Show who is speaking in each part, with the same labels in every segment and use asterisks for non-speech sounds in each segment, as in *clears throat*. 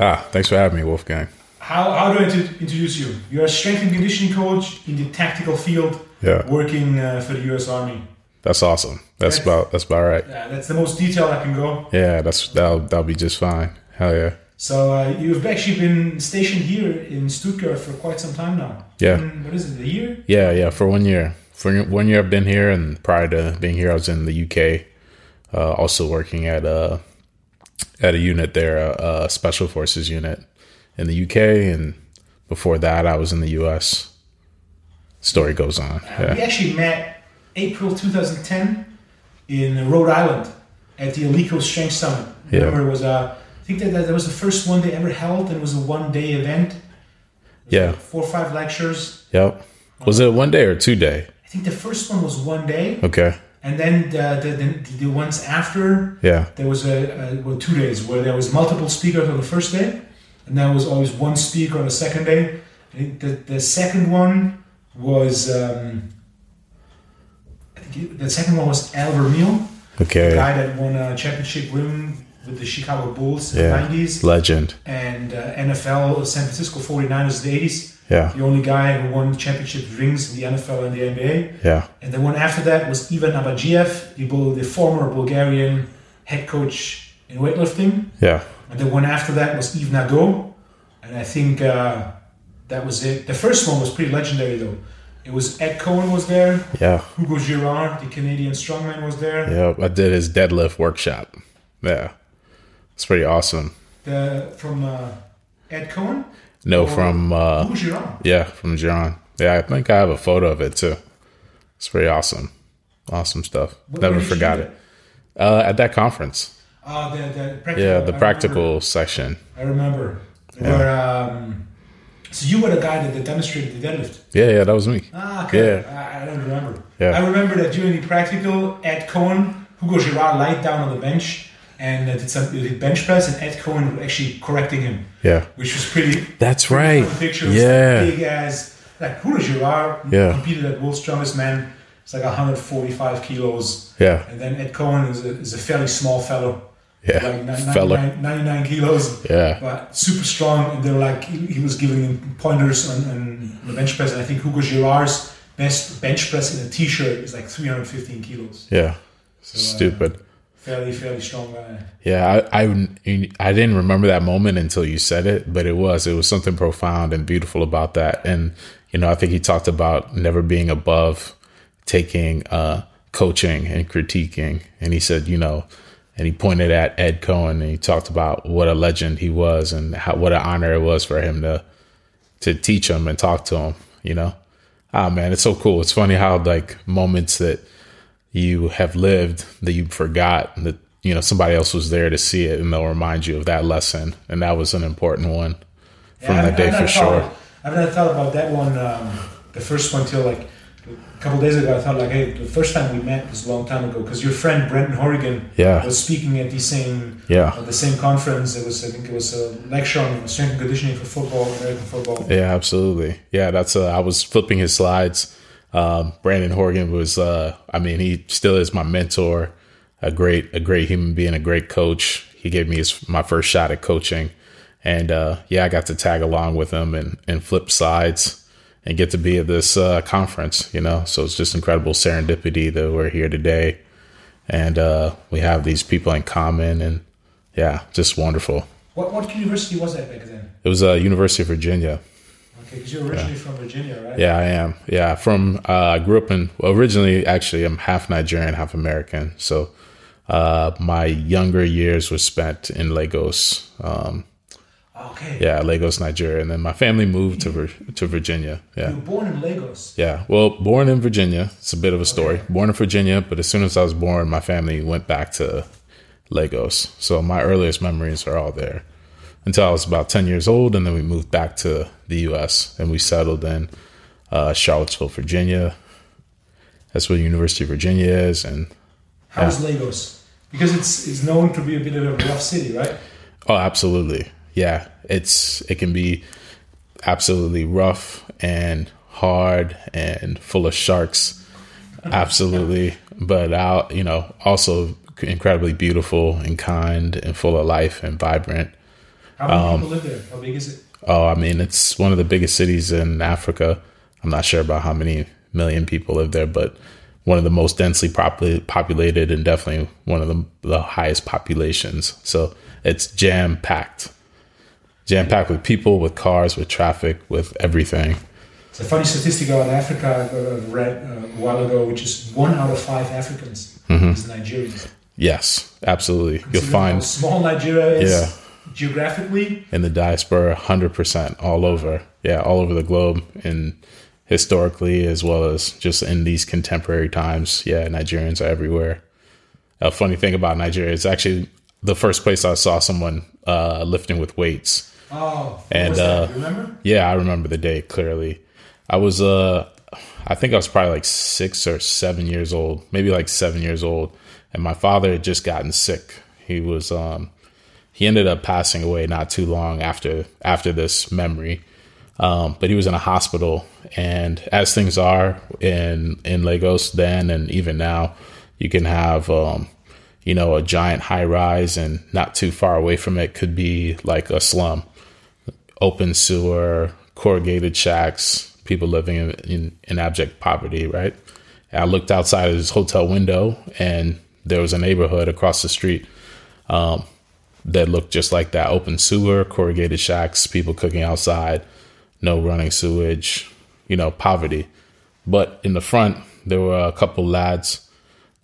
Speaker 1: Ah, thanks for having me, Wolfgang.
Speaker 2: How, how do I int- introduce you? You're a strength and conditioning coach in the tactical field,
Speaker 1: Yeah.
Speaker 2: working uh, for the U.S. Army.
Speaker 1: That's awesome. That's
Speaker 2: Yes.
Speaker 1: about that's about right.
Speaker 2: Yeah, that's the most detail I can go.
Speaker 1: Yeah, that's that'll that'll be just fine. Hell yeah.
Speaker 2: So uh, you've actually been stationed here in Stuttgart for quite some time now.
Speaker 1: Yeah.
Speaker 2: Mm, what is it? A year?
Speaker 1: Yeah, yeah, for one year. For one year I've been here and prior to being here I was in the UK uh, also working at a at a unit there, a, a special forces unit in the UK and before that I was in the US. Story goes on.
Speaker 2: We
Speaker 1: Yeah.
Speaker 2: actually met April 2010 in Rhode Island at the Alico Strength Summit.
Speaker 1: Yeah.
Speaker 2: Remember, it was uh, I think that, that was the first one they ever held, and it was a one-day event.
Speaker 1: Yeah.
Speaker 2: Four or five lectures.
Speaker 1: Yep. Was it one day or two day?
Speaker 2: I think the first one was one day,
Speaker 1: Okay.
Speaker 2: and then the the, the, the ones after
Speaker 1: Yeah.
Speaker 2: there was a, a well, two days where there was multiple speakers on the first day, and there was always one speaker on the second day. I think the, the second one was um, I think it- the second one was Al Vermeil, the
Speaker 1: Okay.
Speaker 2: guy that won a championship ring with the Chicago Bulls in
Speaker 1: Yeah.
Speaker 2: the 90s
Speaker 1: Legend.
Speaker 2: and uh, NFL San Francisco 49ers in the 80s.
Speaker 1: Yeah.
Speaker 2: The only guy who won championship rings in the NFL and the NBA.
Speaker 1: Yeah.
Speaker 2: And the one after that was Ivan Abadjiev, the, Bul- the former Bulgarian head coach in weightlifting.
Speaker 1: Yeah.
Speaker 2: And the one after that was Yves Nago. And I think uh, that was it. The first one was pretty legendary, though. It was Ed Cohen was there,
Speaker 1: Yeah.
Speaker 2: Hugo Girard, the Canadian strongman, was there.
Speaker 1: Yep. I did his deadlift workshop. Yeah. It's pretty awesome.
Speaker 2: The, from uh, Ed Cohen,
Speaker 1: No, from uh
Speaker 2: Hugo Girard.
Speaker 1: yeah, from John. Yeah, I think I have a photo of it too. It's pretty awesome. Awesome stuff.
Speaker 2: Wh-
Speaker 1: Never
Speaker 2: where did you
Speaker 1: forgot
Speaker 2: do
Speaker 1: it. Uh at that conference.
Speaker 2: Uh, the, the practical.
Speaker 1: Yeah,
Speaker 2: I
Speaker 1: the
Speaker 2: remember-
Speaker 1: practical section.
Speaker 2: I remember. Where, um, so you were the guy that demonstrated the deadlift.
Speaker 1: Yeah, yeah, that was me.
Speaker 2: Ah, okay.
Speaker 1: Yeah.
Speaker 2: I, I don't remember.
Speaker 1: Yeah.
Speaker 2: I remember that during the practical, Ed Cohen, Hugo Girard lied down on the bench and uh, did some did bench press, and Ed Cohen was actually correcting him,
Speaker 1: Yeah.
Speaker 2: which was pretty.
Speaker 1: That's right.
Speaker 2: fun Picture It was
Speaker 1: Yeah.
Speaker 2: Big as like Hugo Girard
Speaker 1: Yeah.
Speaker 2: competed at World's Strongest Man. It's like 145 kilos,
Speaker 1: Yeah.
Speaker 2: and then Ed Cohen is a, is a fairly small fellow, like
Speaker 1: Yeah.
Speaker 2: nine-
Speaker 1: Fella.
Speaker 2: 99, 99 kilos
Speaker 1: Yeah.
Speaker 2: but super strong. And they're like, he, he was giving him pointers on, on the bench press. And I think Hugo Girard's best bench press in a t-shirt is like 315 kilos.
Speaker 1: Yeah.
Speaker 2: uh,
Speaker 1: Stupid.
Speaker 2: Fairly, fairly strong guy.
Speaker 1: Yeah, I, I I didn't remember that moment until you said it, but it was it was something profound and beautiful about that. And you know, I think he talked about never being above taking uh, coaching and critiquing, and he said, you know, and he pointed at Ed Cohen and he talked about what a legend he was and how, what an honor it was for him to to teach him and talk to him. You know, ah man, it's so cool. It's funny how like moments that you have lived that you forgot that you know somebody else was there to see it and they'll remind you of that lesson and that was an important one from
Speaker 2: Yeah,
Speaker 1: that day
Speaker 2: not
Speaker 1: for
Speaker 2: thought-
Speaker 1: sure
Speaker 2: I've not thought about that one, um, the first one till like a couple days ago. I thought like, hey, the first time we met was a long time ago because your friend Brendan Horrigan
Speaker 1: Yeah.
Speaker 2: was speaking at the same
Speaker 1: yeah
Speaker 2: at the same conference. It was I think it was a lecture on strength and conditioning for football, American football.
Speaker 1: yeah absolutely yeah that's uh, i was flipping his slides um, brandon horgan was uh, i mean he still is my mentor a great a great human being a great coach he gave me his my first shot at coaching and uh, yeah i got to tag along with him and and flip sides and get to be at this uh, conference, you know. So it's just incredible serendipity that we're here today, and uh, we have these people in common, and yeah, just wonderful.
Speaker 2: What what university was that back then?
Speaker 1: It was uh, University of Virginia.
Speaker 2: Okay, because you're originally from Virginia, right?
Speaker 1: Yeah, I am. Yeah, from uh, I grew up in well, originally actually I'm half Nigerian, half American. So uh, my younger years were spent in Lagos. Um,
Speaker 2: Ah, Okay.
Speaker 1: yeah, Lagos, Nigeria, and then my family moved to Vir- to Virginia. Yeah.
Speaker 2: You were born in Lagos.
Speaker 1: Yeah. Well, born in Virginia. It's a bit of a story. Born in Virginia, but as soon as I was born, my family went back to Lagos. So my earliest memories are all there until I was about 10 years old. And then we moved back to the U.S. and we settled in uh, Charlottesville, Virginia. That's where University of Virginia is. And
Speaker 2: How's Lagos? Because it's it's known to be a bit of a rough city, right?
Speaker 1: Oh, absolutely. Yeah, it's it can be absolutely rough and hard and full of sharks. Absolutely, but out you know also incredibly beautiful and kind and full of life and vibrant.
Speaker 2: How many people live there? How big is it?
Speaker 1: Oh, I mean, it's one of the biggest cities in Africa. I'm not sure about how many million people live there, but one of the most densely popul- populated and definitely one of the, the highest populations. So it's jam packed, jam packed with people, with cars, with traffic, with everything.
Speaker 2: It's a funny statistic out of Africa I uh, read uh, a while ago, which is one out of five Africans is Nigerians.
Speaker 1: Yes, absolutely. You'll
Speaker 2: Considering how
Speaker 1: Mm-hmm. find
Speaker 2: small Nigeria is
Speaker 1: Yeah.
Speaker 2: geographically.
Speaker 1: in the diaspora 100% all over yeah all over the globe and historically as well as just in these contemporary times yeah nigerians are everywhere a funny thing about nigeria is actually the first place i saw someone uh, lifting with weights
Speaker 2: Oh, what
Speaker 1: And,
Speaker 2: was that?
Speaker 1: uh,
Speaker 2: remember?
Speaker 1: yeah i remember the day clearly i was uh i think i was probably like six or seven years old maybe like seven years old and my father had just gotten sick he was um he ended up passing away not too long after after this memory um, but he was in a hospital and as things are in in lagos then and even now you can have um, you know a giant high rise and not too far away from it could be like a slum open sewer, corrugated shacks, people living in, in, in abject poverty, right? And I looked outside of this hotel window and there was a neighborhood across the street um, that looked just like that open sewer, corrugated shacks, people cooking outside, no running sewage, you know, poverty. But in the front, there were a couple lads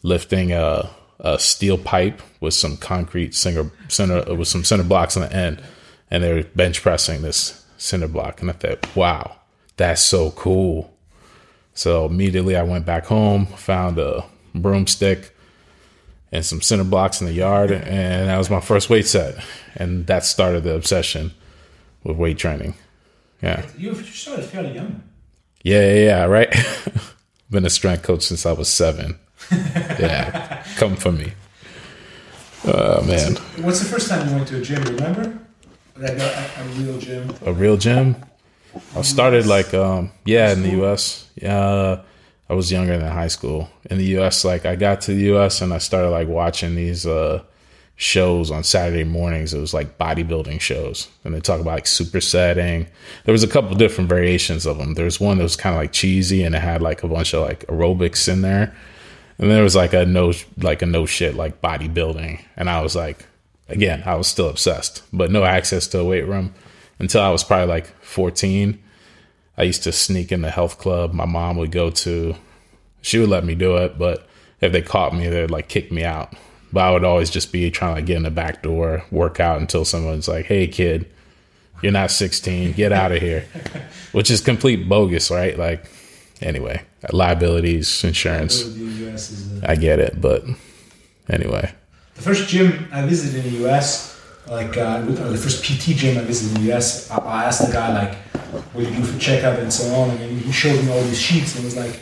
Speaker 1: lifting a, a steel pipe with some concrete center, center with some center blocks on the end, and they were bench pressing this center block. And I thought, wow, that's so cool. So immediately I went back home, found a broomstick and some center blocks in the yard, and that was my first weight set, and that started the obsession with weight training. Yeah.
Speaker 2: You you started fairly young.
Speaker 1: Yeah, yeah, yeah, right. *laughs* Been a strength coach since I was seven. Yeah, come for me. Oh man,
Speaker 2: What's the first time you went to a gym? Remember? Like a, a real gym.
Speaker 1: a real gym. I started like um yeah in the U.S. Yeah, I was younger than high school in the U.S. Like I got to the U.S. and I started like watching these uh shows on Saturday mornings. It was like bodybuilding shows, and they talk about like supersetting. There was a couple different variations of them. There was one that was kind of like cheesy, and it had like a bunch of like aerobics in there, and there was like a no like a no shit like bodybuilding, and I was like, again, I was still obsessed, but no access to a weight room until I was probably like fourteen. I used to sneak in the health club my mom would go to. She would let me do it, but if they caught me, they'd like kick me out. But I would always just be trying to like, get in the back door, work out until someone's like, hey, kid, you're not 16, get out of here, *laughs* which is complete bogus, right? Like, anyway, liabilities, insurance,
Speaker 2: The US is a-
Speaker 1: I get it, but anyway.
Speaker 2: the first gym I visited in the US, like uh, or the first PT gym I visited in the US, I, I asked the guy like, "What do you do for checkup and so on?" And he showed me all these sheets, and it was like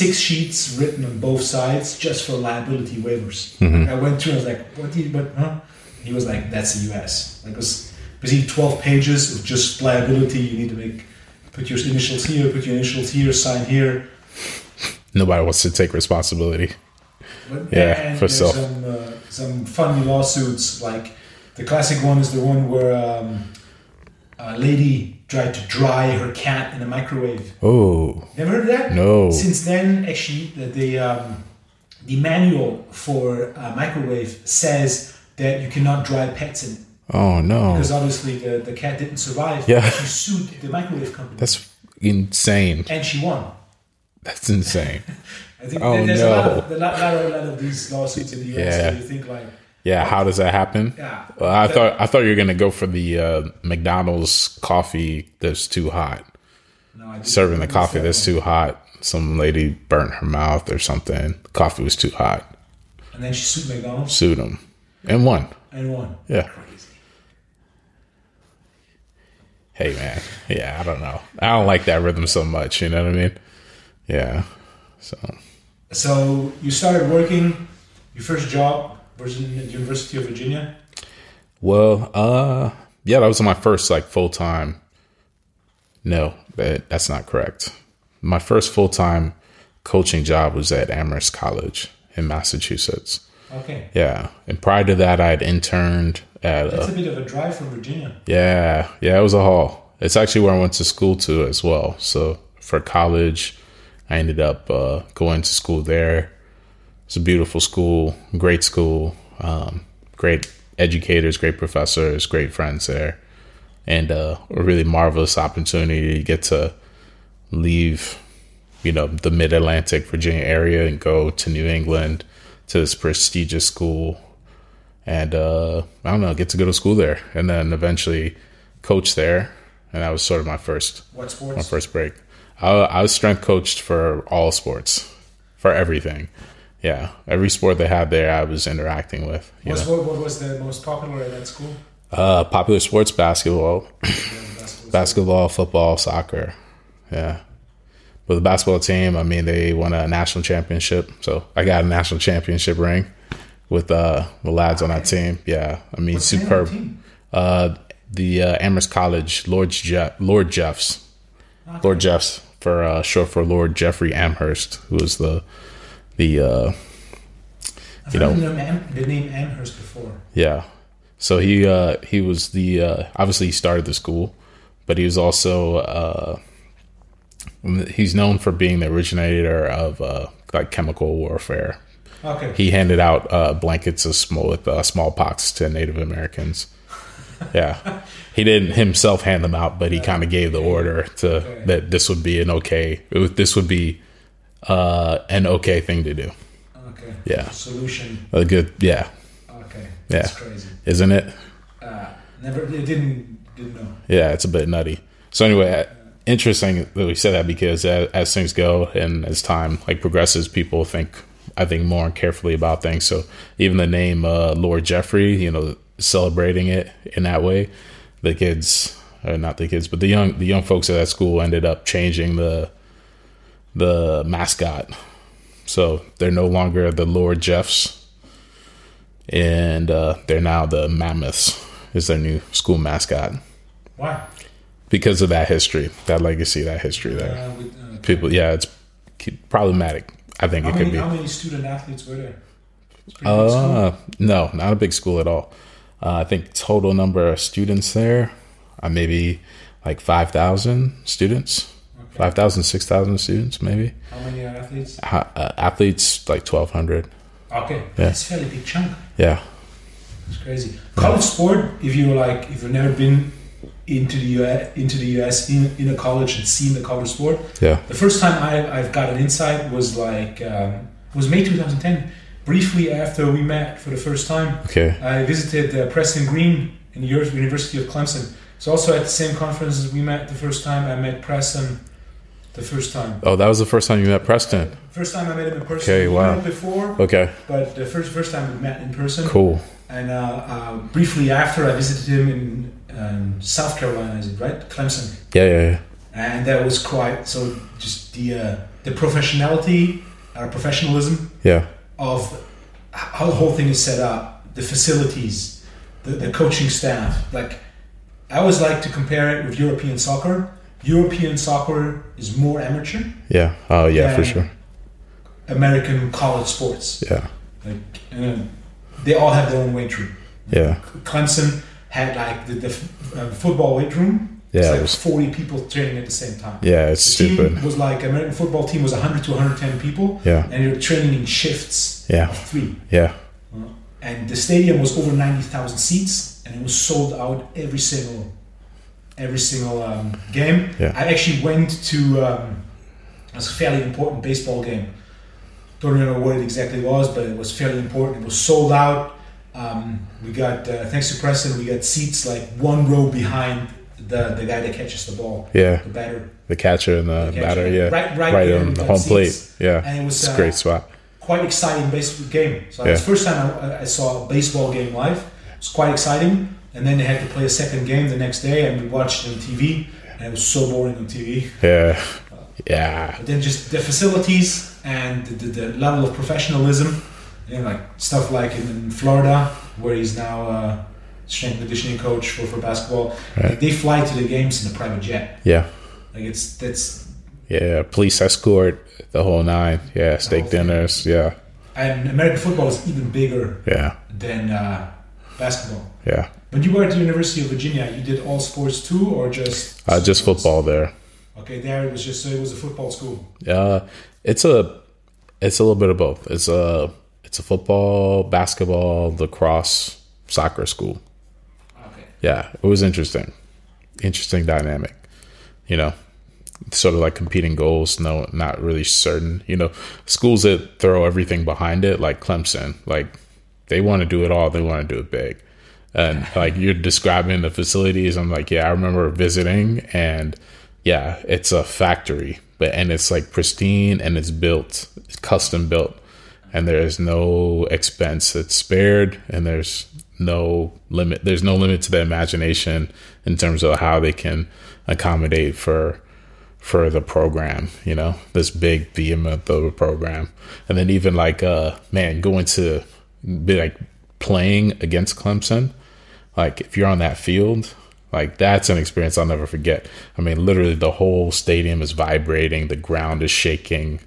Speaker 2: six sheets written on both sides just for liability waivers. I went through, and I was like, "What? Do you, but huh?" He was like, "That's the US." Like it was basically twelve pages of just liability. You need to make put your initials here, put your initials here, sign here.
Speaker 1: Nobody wants to take responsibility.
Speaker 2: But
Speaker 1: Yeah,
Speaker 2: and
Speaker 1: for
Speaker 2: there's
Speaker 1: self.
Speaker 2: Some, uh, some funny lawsuits. Like the classic one is the one where um, a lady tried to dry her cat in a microwave.
Speaker 1: Oh,
Speaker 2: Never heard of that?
Speaker 1: No.
Speaker 2: Since then, actually, the the, um, the manual for a microwave says that you cannot dry pets in it
Speaker 1: oh no.
Speaker 2: because obviously the, the cat didn't survive.
Speaker 1: Yeah.
Speaker 2: She sued the microwave company
Speaker 1: That's insane.
Speaker 2: and she won.
Speaker 1: That's insane.
Speaker 2: I think
Speaker 1: Oh,
Speaker 2: there's a, lot
Speaker 1: no.
Speaker 2: of, a, lot, lot, of- lot of these lawsuits in the US
Speaker 1: Yeah.
Speaker 2: where you think like,
Speaker 1: Yeah, how does that happen?
Speaker 2: Yeah.
Speaker 1: Well, I thought I thought you were gonna go for the uh, McDonald's coffee that's too hot,
Speaker 2: no, I didn't
Speaker 1: serving the
Speaker 2: do
Speaker 1: coffee
Speaker 2: that
Speaker 1: that's
Speaker 2: one.
Speaker 1: too hot. Some lady burnt her mouth or something. The coffee was too hot.
Speaker 2: And then she sued McDonald's
Speaker 1: Sued them and won.
Speaker 2: and won.
Speaker 1: Yeah.
Speaker 2: Crazy.
Speaker 1: Hey man, yeah, I don't know. I don't like that rhythm so much. You know what I mean? Yeah. So
Speaker 2: So you started working, your first job was in the University of Virginia.
Speaker 1: well, uh, yeah, that was my first like full time. No, that, that's not correct. My first full time coaching job was at Amherst College in Massachusetts.
Speaker 2: Okay.
Speaker 1: Yeah. And prior to that, I had interned At, uh,
Speaker 2: That's a bit of a drive from Virginia.
Speaker 1: yeah, yeah, it was a haul. It's actually where I went to school to as well. So for college, I ended up uh, going to school there. It's a beautiful school, great school, um, great educators, great professors, great friends there, and uh, a really marvelous opportunity to get to leave, you know, the Mid Atlantic Virginia area and go to New England to this prestigious school and uh, I don't know, get to go to school there, and then eventually coach there, and that was sort of my first
Speaker 2: What
Speaker 1: my
Speaker 2: sports?
Speaker 1: first break. I, I was strength coached for all sports, for everything. Yeah, every sport they had there, I was interacting with. You
Speaker 2: What's,
Speaker 1: know,
Speaker 2: what, what was the most popular at that school?
Speaker 1: uh, popular sports: basketball,
Speaker 2: Yeah, basketball.
Speaker 1: basketball, football, soccer. Yeah. But the basketball team, I mean, they won a national championship. So I got a national championship ring with uh, the lads on our team. Yeah. I mean,
Speaker 2: What's the name of the
Speaker 1: superb.
Speaker 2: team?
Speaker 1: Uh, the uh, Amherst College Lord Je- Lord Jeffs, Lord Jeffs for uh, short for Lord Jeffrey Amherst, who was the the uh,
Speaker 2: I've heard
Speaker 1: you know.
Speaker 2: the name, Am- the name Amherst before.
Speaker 1: yeah. So he uh, he was the uh, obviously he started the school, but he was also uh, he's known for being the originator of uh, like chemical warfare.
Speaker 2: Okay.
Speaker 1: He handed out uh, blankets of small with uh, smallpox to Native Americans. Yeah, he didn't himself hand them out, but he kind of gave the order to that this would be an okay. It was, this would be uh, an okay thing to do.
Speaker 2: okay.
Speaker 1: Yeah.
Speaker 2: Solution.
Speaker 1: A good, yeah,
Speaker 2: Okay.
Speaker 1: Yeah.
Speaker 2: That's crazy.
Speaker 1: isn't it?
Speaker 2: Uh, never. It didn't. Didn't know.
Speaker 1: yeah, it's a bit nutty. So anyway, uh, interesting that we said that because as, as things go and as time like progresses, people think I think more and carefully about things. So even the name uh, Lord Jeffrey, you know, celebrating it in that way, the kids or not the kids, but the young the young folks at that school ended up changing the the mascot. So they're no longer the Lord Jeffs, and uh, they're now the Mammoths. Is their new school mascot
Speaker 2: Why?
Speaker 1: because of that history, that legacy, that history there.
Speaker 2: Uh, with, uh,
Speaker 1: People, yeah, it's ki- problematic. I think
Speaker 2: how,
Speaker 1: it could
Speaker 2: many,
Speaker 1: be.
Speaker 2: how many student athletes were there? It's pretty big school.
Speaker 1: Uh, no, not a big school at all. Uh, I think total number of students there, uh, maybe like 5,000 students,
Speaker 2: Okay.
Speaker 1: 5,000, 6,000 students, maybe.
Speaker 2: How many are athletes?
Speaker 1: Ha- uh, athletes, like 1,200.
Speaker 2: Okay. That's a fairly big chunk.
Speaker 1: Yeah.
Speaker 2: It's crazy. College sport. If you're like, if you've never been into the US, into the US in, in a college and seen the college sport,
Speaker 1: Yeah.
Speaker 2: the first time I, I've got an insight was like um, was May 2010. Briefly after we met for the first time,
Speaker 1: Okay.
Speaker 2: I visited uh, Preston Green in the Ur- University of Clemson. So also at the same conference as we met the first time, I met Preston the first time.
Speaker 1: Oh, that was the first time you met Preston.
Speaker 2: First time I met him in person.
Speaker 1: Okay,
Speaker 2: We
Speaker 1: wow.
Speaker 2: met before,
Speaker 1: Okay.
Speaker 2: but the first first time we met in person.
Speaker 1: Cool.
Speaker 2: And uh, uh, briefly after, I visited him in um, South Carolina, is it right? Clemson.
Speaker 1: Yeah. Yeah. yeah.
Speaker 2: And that was quite so. Just the uh, the professionality, our professionalism
Speaker 1: Yeah.
Speaker 2: of how the whole thing is set up, the facilities, the, the coaching staff. Like, I always like to compare it with European soccer. European soccer is more amateur.
Speaker 1: Yeah. Oh, yeah, for
Speaker 2: Yeah.
Speaker 1: sure.
Speaker 2: American college sports,
Speaker 1: Yeah.
Speaker 2: like, you know, they all have their own weight room.
Speaker 1: Yeah.
Speaker 2: Clemson had like the, the f- uh, football weight room.
Speaker 1: Yeah,
Speaker 2: It's
Speaker 1: it
Speaker 2: like
Speaker 1: was-
Speaker 2: 40 people training at the same time.
Speaker 1: Yeah. It's
Speaker 2: The team
Speaker 1: stupid.
Speaker 2: was like American football team was 100 to 110 people,
Speaker 1: Yeah.
Speaker 2: and you're training in shifts
Speaker 1: Yeah.
Speaker 2: of three.
Speaker 1: Yeah.
Speaker 2: And the stadium was over 90,000 seats, and it was sold out every single every single um, game.
Speaker 1: Yeah.
Speaker 2: I actually went to um, it was a fairly important baseball game. Don't remember what it exactly was, but it was fairly important. It was sold out. Um, we got uh, thanks to Preston, we got seats like one row behind the the guy that catches the ball,
Speaker 1: Yeah.
Speaker 2: the batter.
Speaker 1: the catcher and the,
Speaker 2: The catcher.
Speaker 1: batter. Yeah,
Speaker 2: Right- right there
Speaker 1: on
Speaker 2: in
Speaker 1: the
Speaker 2: the
Speaker 1: home
Speaker 2: seats.
Speaker 1: plate. Yeah,
Speaker 2: And it was
Speaker 1: it's a
Speaker 2: uh,
Speaker 1: great spot.
Speaker 2: quite exciting baseball game. So it's
Speaker 1: Yeah.
Speaker 2: the first time I, I saw a baseball game live. It was quite exciting. And then they had to play a second game the next day, and we watched it on TV. And it was so boring on TV.
Speaker 1: Yeah, yeah,
Speaker 2: But then just the facilities and the, the, the level of professionalism, and like stuff like in, in Florida, where he's now uh, strength and conditioning coach for, for basketball.
Speaker 1: Right.
Speaker 2: Like, they fly to the games in a private jet.
Speaker 1: yeah,
Speaker 2: Like it's that's
Speaker 1: yeah. Police escort the whole nine. Yeah, steak
Speaker 2: whole thing.
Speaker 1: dinners. Yeah,
Speaker 2: and American football is even bigger
Speaker 1: yeah,
Speaker 2: than uh, basketball.
Speaker 1: Yeah.
Speaker 2: When you were at the University of Virginia, you did all sports too, or just
Speaker 1: Uh, just football there.
Speaker 2: Okay, there it was just so it was a football school.
Speaker 1: Uh, it's a it's a little bit of both. It's a it's a football, basketball, lacrosse, soccer school.
Speaker 3: Okay.
Speaker 1: Yeah, it was interesting, interesting dynamic. You know, sort of like competing goals. No, not really certain. You know, schools that throw everything behind it, like Clemson, like they want to do it all. They want to do it big. And like you're describing the facilities, I'm like, yeah, I remember visiting, and yeah, it's a factory, but and it's like pristine and it's built, it's custom built, and there is no expense that's spared, and there's no limit. There's no limit to the imagination in terms of how they can accommodate for for the program, you know, this big behemoth of a program. And then even like uh man, going to be like playing against Clemson, like if you're on that field, like that's an experience I'll never forget. I mean, literally the whole stadium is vibrating, the ground is shaking.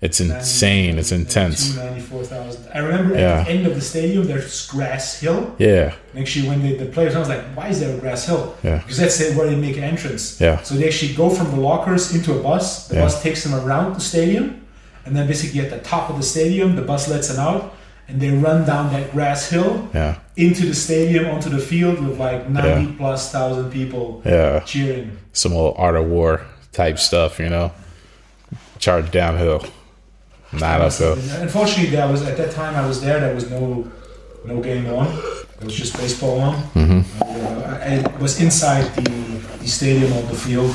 Speaker 1: It's insane, it's intense.
Speaker 2: Ninety-four thousand. I remember
Speaker 1: Yeah.
Speaker 2: at the end of the stadium, there's grass hill.
Speaker 1: Yeah.
Speaker 2: And actually, when they, the players, I was like, why is there a grass hill?
Speaker 1: Yeah.
Speaker 2: Because that's where they make an entrance.
Speaker 1: Yeah.
Speaker 2: So they actually go from the lockers into a bus. The
Speaker 1: Yeah.
Speaker 2: bus takes them around the stadium, and then basically at the top of the stadium, the bus lets them out, and they run down that grass hill
Speaker 1: Yeah.
Speaker 2: into the stadium onto the field with like ninety
Speaker 1: Yeah.
Speaker 2: plus thousand people
Speaker 1: Yeah.
Speaker 2: cheering.
Speaker 1: Some old art of war type stuff, you know. Charge downhill. Not uphill.
Speaker 2: Unfortunately, there was at that time I was there. There was no no game on. It was just baseball on.
Speaker 1: Mm-hmm.
Speaker 2: And, uh, I, I was inside the, the stadium on the field.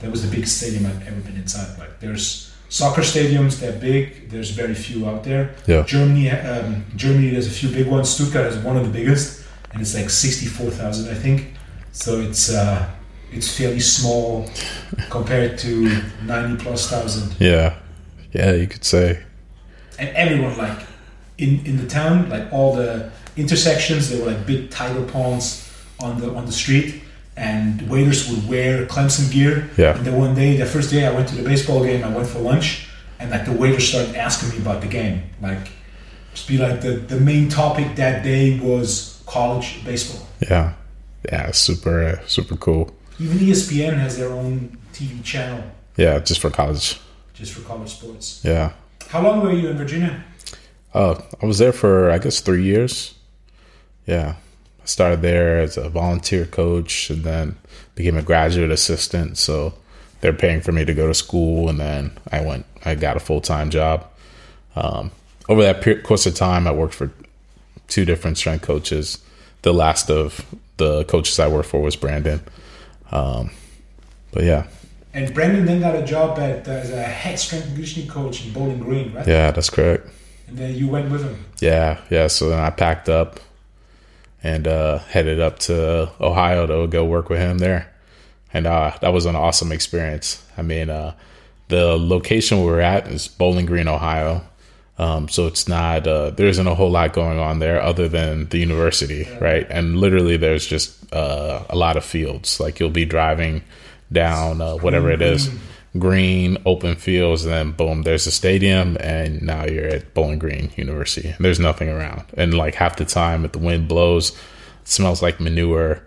Speaker 2: That was the biggest stadium I've ever been inside. Like there's soccer stadiums, they're big. There's very few out there.
Speaker 1: Yeah.
Speaker 2: Germany, um, Germany, there's a few big ones. Stuttgart is one of the biggest, and it's like sixty-four thousand, I think. So it's uh, it's fairly small compared to ninety plus thousand
Speaker 1: Yeah. Yeah, you could say.
Speaker 2: and everyone like in in the town like all the intersections there were like big tiger palms on the on the street and waiters would wear clemson gear
Speaker 1: Yeah.
Speaker 2: and then one day the first day i went to the baseball game i went for lunch and like the waiter started asking me about the game like just be like the the main topic that day was college baseball
Speaker 1: Yeah. Yeah, super uh, super cool.
Speaker 2: even E espn has their own tv channel
Speaker 1: Yeah, just for college.
Speaker 2: just for college sports
Speaker 1: Yeah.
Speaker 2: how long were you in virginia
Speaker 1: Uh, I was there for I guess three years. Yeah, I started there as a volunteer coach, and then became a graduate assistant. So they're paying for me to go to school, and then I went. I got a full time job. Um, over that period, course of time, I worked for two different strength coaches. The last of the coaches I worked for was Brandon. Um, but yeah,
Speaker 2: And Brandon then got a job at uh, as a head strength and conditioning coach in Bowling Green, right?
Speaker 1: yeah, that's correct.
Speaker 2: And then you went with him.
Speaker 1: Yeah, yeah. So then I packed up and uh, headed up to Ohio to go work with him there, and uh, that was an awesome experience. I mean, uh, the location we're at is Bowling Green, Ohio. Um, so it's not uh, there isn't a whole lot going on there other than the university, right? And literally, there's just uh, a lot of fields. Like you'll be driving down uh, whatever it is, green open fields, and then boom, there's a stadium, and now you're at Bowling Green University. And there's nothing around, and like half the time, if the wind blows, it smells like manure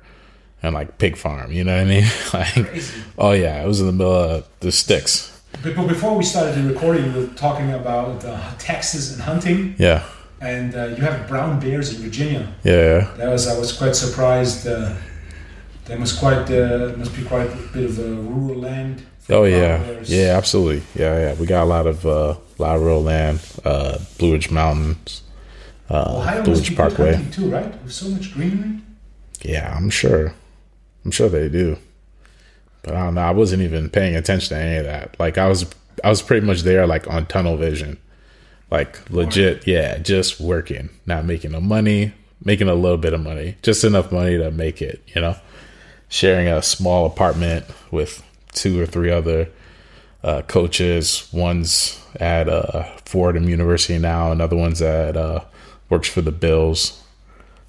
Speaker 1: and like pig farm. You know what I mean? *laughs* like,
Speaker 2: Crazy.
Speaker 1: oh yeah, it was in the middle of the sticks.
Speaker 2: But but before we started the recording, we were talking about uh, taxes and hunting,
Speaker 1: Yeah,
Speaker 2: and uh, you have brown bears in Virginia.
Speaker 1: yeah,
Speaker 2: That was I was quite surprised. Uh, there must quite uh, must be quite a bit of a rural land. for
Speaker 1: oh
Speaker 2: brown
Speaker 1: yeah,
Speaker 2: bears.
Speaker 1: yeah, absolutely, yeah, yeah. We got a lot of uh, lot of real land, uh, Blue Ridge Mountains, uh,
Speaker 2: Ohio
Speaker 1: Blue
Speaker 2: must be
Speaker 1: Ridge
Speaker 2: good
Speaker 1: Parkway.
Speaker 2: hunting too, right? With so much greenery.
Speaker 1: Yeah, I'm sure, I'm sure they do, but I don't know. I wasn't even paying attention to any of that. Like I was, I was pretty much there like on tunnel vision, like legit. Yeah, just working, not making no money, making a little bit of money, just enough money to make it. You know. sharing a small apartment with two or three other uh, coaches. One's at uh, Fordham University now, another one's at uh, works for the Bills.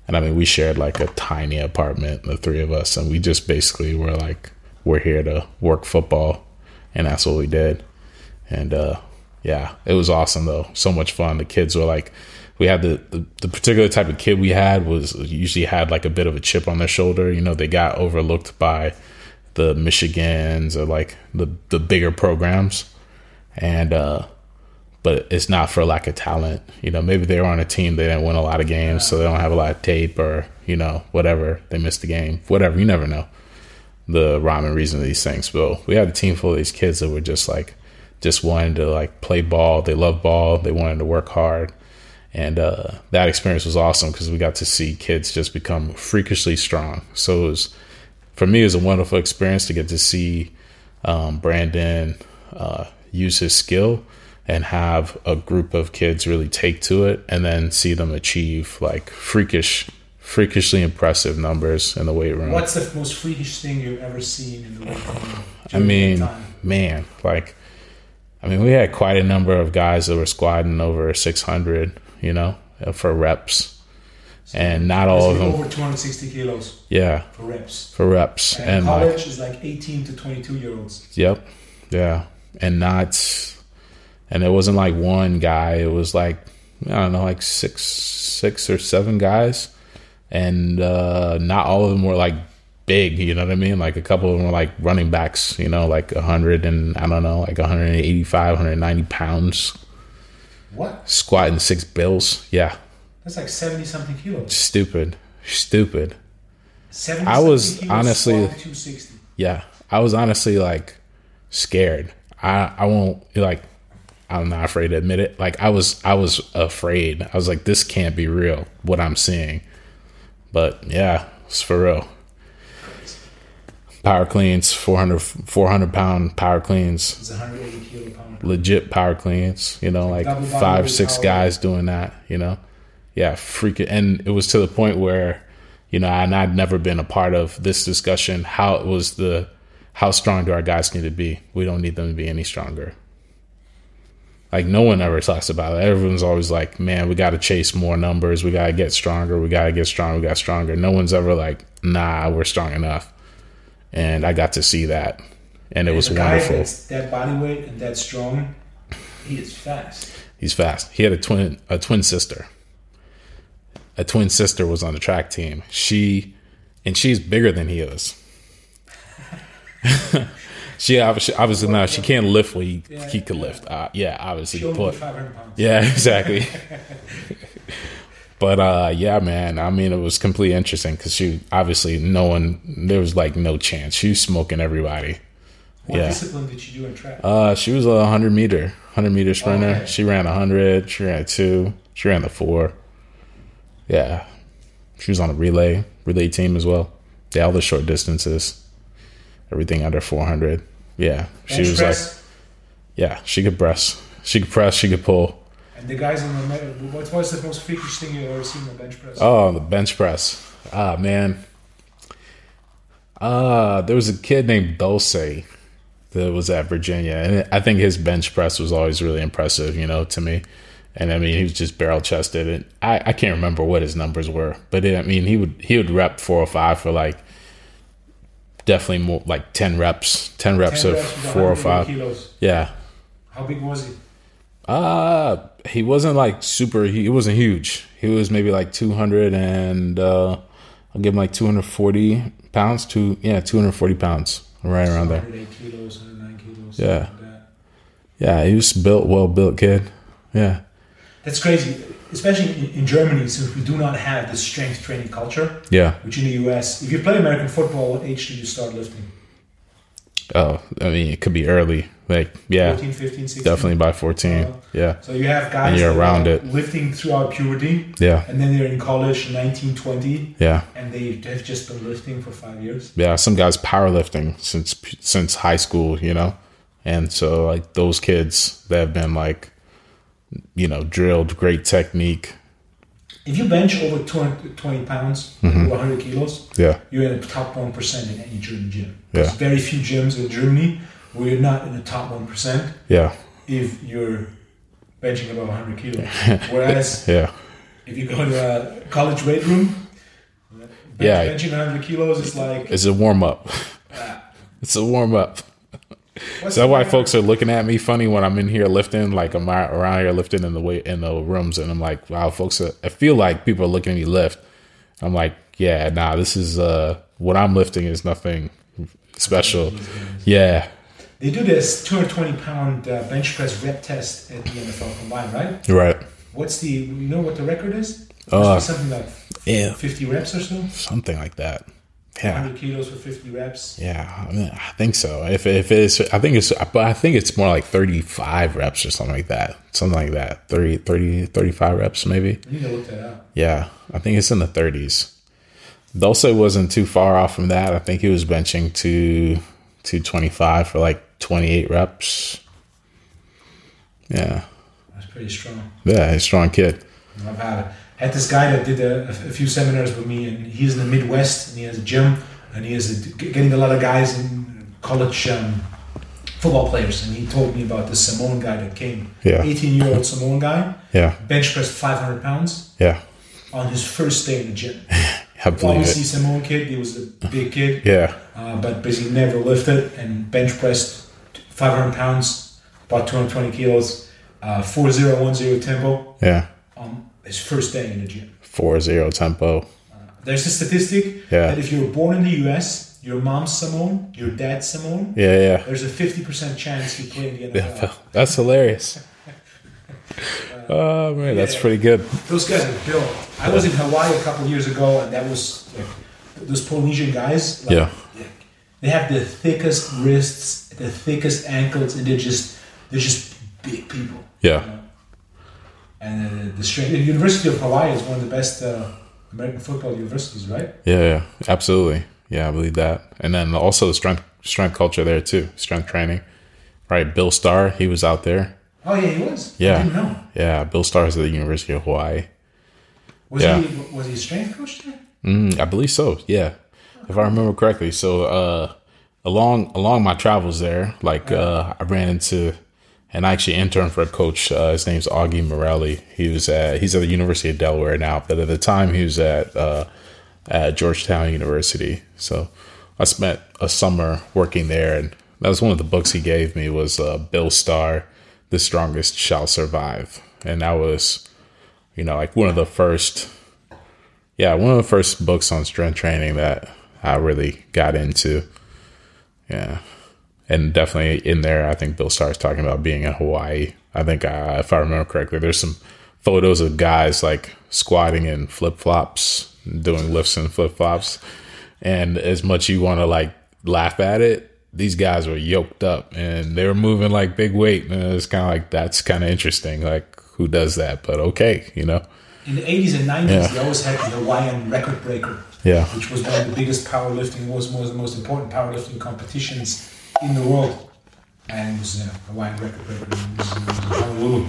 Speaker 1: And I mean, we shared like a tiny apartment, the three of us, and we just basically were like, we're here to work football, and that's what we did. And uh, yeah, it was awesome though, so much fun. The kids were like, we had the, the the particular type of kid we had was usually had like a bit of a chip on their shoulder. You know, they got overlooked by the Michigans or like the the bigger programs, and uh, but it's not for lack of talent. You know, maybe they were on a team they didn't win a lot of games, so they don't have a lot of tape or you know whatever they missed the game, whatever you never know the rhyme and reason of these things. But we had a team full of these kids that were just like just wanted to like play ball. They love ball. They wanted to work hard. And uh, that experience was awesome because we got to see kids just become freakishly strong. So it was, for me, it was a wonderful experience to get to see um, Brandon uh, use his skill and have a group of kids really take to it and then see them achieve like freakish, freakishly impressive numbers in the weight room.
Speaker 2: What's the most freakish thing you've ever seen in the weight room?
Speaker 1: I mean, man, like, I mean, we had quite a number of guys that were squatting over 600, you know, uh, for reps, and not all of them.
Speaker 2: over 260 kilos
Speaker 1: Yeah,
Speaker 2: for reps.
Speaker 1: for reps,
Speaker 2: And,
Speaker 1: and
Speaker 2: college
Speaker 1: like,
Speaker 2: is like 18 to 22 year olds.
Speaker 1: yep, yeah, and not, and it wasn't like one guy. It was like I don't know, like six, six or seven guys, and uh, not all of them were like big. You know what I mean? Like a couple of them were like running backs. You know, like hundred and I don't know, like 185, 190 pounds,
Speaker 2: What?
Speaker 1: squatting six bills. Yeah,
Speaker 2: That's like 70 something kilos.
Speaker 1: stupid, stupid.
Speaker 2: 70
Speaker 1: I was
Speaker 2: kilos,
Speaker 1: honestly-
Speaker 2: squat 260.
Speaker 1: yeah i was honestly like scared i i won't like i'm not afraid to admit it like i was i was afraid i was like this can't be real what i'm seeing but yeah it's for real power cleans 400 400 pound power cleans
Speaker 2: It's 180 kilo pound.
Speaker 1: legit power cleans you know like
Speaker 2: Double body
Speaker 1: five
Speaker 2: weight
Speaker 1: six
Speaker 2: power.
Speaker 1: guys doing that you know yeah freak it and it was to the point where you know and i'd never been a part of this discussion how it was the how strong do our guys need to be we don't need them to be any stronger like no one ever talks about it everyone's always like man we got to chase more numbers we got to get stronger we got to get stronger we got stronger no one's ever like nah we're strong enough and i got to see that and it was
Speaker 2: a guy
Speaker 1: wonderful
Speaker 2: that's that body weight and that strong, he is fast.
Speaker 1: He's fast. He had a twin a twin sister. A twin sister was on the track team. She and she's bigger than he is. *laughs* she obviously, obviously now she can't lift what he, he could lift. Uh, yeah, obviously.
Speaker 2: He only
Speaker 1: but-
Speaker 2: weighed 500 pounds.
Speaker 1: yeah, *laughs* exactly. but uh, yeah, man. I mean, it was completely interesting because she obviously no one there was like no chance. She was smoking everybody.
Speaker 2: What
Speaker 1: yeah.
Speaker 2: discipline did you do in track?
Speaker 1: Uh, she was a hundred meter, hundred meter sprinter.
Speaker 2: Okay.
Speaker 1: She ran a hundred. She ran two. She ran the four. Yeah, she was on a relay relay team as well. Yeah, all the short distances, everything under four hundred. Yeah, she
Speaker 2: Bench
Speaker 1: was like,
Speaker 2: press?
Speaker 1: yeah, she could press, she could press, she could pull.
Speaker 2: And the guys on the me- what was the most freakish thing you've ever seen on the bench press?
Speaker 1: Oh, the bench press. Ah, man. Uh, there was a kid named Dulce that was at Virginia, and I think his bench press was always really impressive, you know, to me. And I mean, he was just barrel chested, and I, I can't remember what his numbers were, but I mean, he would he would rep four or five for like definitely more like ten reps, ten reps
Speaker 2: 10
Speaker 1: of
Speaker 2: reps with
Speaker 1: four or
Speaker 2: 180
Speaker 1: five.
Speaker 2: Kilos.
Speaker 1: Yeah,
Speaker 2: How big was he?
Speaker 1: uh he wasn't like super. He, he wasn't huge. He was maybe like two hundred and uh, I'll give him like two hundred forty pounds. Two yeah, two hundred forty pounds, right around there.
Speaker 2: 108 kilos, 109 kilos.
Speaker 1: Yeah.
Speaker 2: something like that.
Speaker 1: Yeah, he was built, well built kid. Yeah,
Speaker 2: That's crazy, especially in, in Germany. So if we do not have the strength training culture,
Speaker 1: yeah.
Speaker 2: which in the US, if you play American football, what age do you start lifting?
Speaker 1: Oh, I mean, it could be early. Like yeah,
Speaker 2: 14, 15, 16?
Speaker 1: definitely by fourteen. Yeah,
Speaker 2: So you have guys
Speaker 1: And you're
Speaker 2: that are
Speaker 1: around it.
Speaker 2: lifting throughout puberty,
Speaker 1: yeah,
Speaker 2: and then they're in college, 19, 20,
Speaker 1: yeah,
Speaker 2: and they have just been lifting for five years.
Speaker 1: yeah. Some guys powerlifting since since high school, you know, and so like those kids that have been like, you know, drilled great technique.
Speaker 2: If you bench over 220 pounds,
Speaker 1: Mm-hmm.
Speaker 2: over 100 kilos,
Speaker 1: Yeah.
Speaker 2: you're in the top 1% in any German gym.
Speaker 1: Yeah.
Speaker 2: There's very few gyms in Germany where you're not in the top 1%
Speaker 1: Yeah,
Speaker 2: if you're benching above 100
Speaker 1: *laughs*
Speaker 2: kilos. Whereas
Speaker 1: yeah,
Speaker 2: if you go to a college weight room, bench,
Speaker 1: Yeah.
Speaker 2: benching 100 kilos is like,
Speaker 1: *laughs* it's a warm up.
Speaker 2: ah,
Speaker 1: It's a warm up. Is that why folks are looking at me funny when I'm in here lifting? Like I'm ar- around here lifting in the way in the rooms, and I'm like, wow, folks. Are, I feel like people are looking at me lift. I'm like, yeah, nah. This is uh, what I'm lifting is nothing special. Yeah,
Speaker 2: They do this 220 pound uh, bench press rep test at the NFL combine, right?
Speaker 1: you're right.
Speaker 2: What's the, you know what the record is? Must
Speaker 1: Uh,
Speaker 2: be something like
Speaker 1: Yeah,
Speaker 2: 50 reps or so?
Speaker 1: something like that. Yeah.
Speaker 2: 100 kilos for 50 reps.
Speaker 1: Yeah, I, mean, I think so. If if it's, I think it's, but I think it's more like thirty five reps or something like that. Something like that. 30, 30 35 reps maybe.
Speaker 2: I need to look that up.
Speaker 1: Yeah, I think it's in the thirties. Dulce wasn't too far off from that. I think he was benching to two twenty five for like twenty eight reps. Yeah,
Speaker 2: That's pretty strong.
Speaker 1: yeah, he's a strong kid.
Speaker 2: I've had, had this guy that did a, a few seminars with me, and he's in the Midwest, and he has a gym, and he is getting a lot of guys in college um, football players. And he told me about this Samoan guy that came,
Speaker 1: Yeah.
Speaker 2: 18 year old Samoan guy,
Speaker 1: Yeah,
Speaker 2: bench pressed 500 pounds
Speaker 1: yeah,
Speaker 2: on his first day in the gym.
Speaker 1: I believe
Speaker 2: Obviously,
Speaker 1: it.
Speaker 2: Samoan kid, he was a big kid,
Speaker 1: Yeah,
Speaker 2: uh, but basically never lifted and bench pressed 500 pounds, about 220 kilos, uh, 4010 tempo
Speaker 1: yeah,
Speaker 2: on his first day in the gym.
Speaker 1: four zero tempo.
Speaker 2: There's a statistic
Speaker 1: Yeah.
Speaker 2: that if you were born in the US, your mom's Samoan, your dad's Samoan,
Speaker 1: Yeah, yeah.
Speaker 2: there's a 50% chance you play in the
Speaker 1: Yeah, *laughs*
Speaker 2: NFL.
Speaker 1: That's hilarious. Oh man, that's
Speaker 2: yeah.
Speaker 1: pretty good.
Speaker 2: Those guys are built. I was in Hawaii a couple years ago, and that was like, those Polynesian guys. Like,
Speaker 1: Yeah.
Speaker 2: They have the thickest wrists, the thickest ankles, and they're just they're just big people.
Speaker 1: Yeah,
Speaker 2: And uh, the strength. The University of Hawaii is one of the best uh, American football universities, right?
Speaker 1: yeah, yeah, absolutely. Yeah, I believe that. And then also the strength strength culture there too. Strength training, right? Bill Starr, he was out there.
Speaker 2: Oh yeah, he was. I
Speaker 1: Yeah.
Speaker 2: didn't know.
Speaker 1: Yeah, Bill Starr is at the University of Hawaii.
Speaker 2: Was
Speaker 1: Yeah.
Speaker 2: he was he a strength coach there?
Speaker 1: Mm, I believe so. Yeah, if I remember correctly. So uh, along along my travels there, like uh, I ran into and I actually interned for a coach. Uh, his name's Augie Morelli. He was at he's at the University of Delaware now, but at the time he was at uh, at Georgetown University. So I spent a summer working there, and that was one of the books he gave me was uh, Bill Starr, "The Strongest Shall Survive," and that was you know like one of the first yeah, one of the first books on strength training that I really got into. Yeah. And definitely in there, I think Bill Starr's talking about being in Hawaii. I think, uh, if I remember correctly, there's some photos of guys like squatting in flip flops, doing lifts in flip flops. And as much you want to like laugh at it, these guys were yoked up and they were moving like big weight. And it's kind of like, that's kind of interesting. Like, who does that? But okay, you know?
Speaker 2: In the 80s and 90s,
Speaker 1: Yeah.
Speaker 2: they always had the Hawaiian record breaker,
Speaker 1: Yeah.
Speaker 2: which was one of the biggest powerlifting, was one of the most important powerlifting competitions in the world. And it was a Hawaiian record breaker. It was, it was in Honolulu.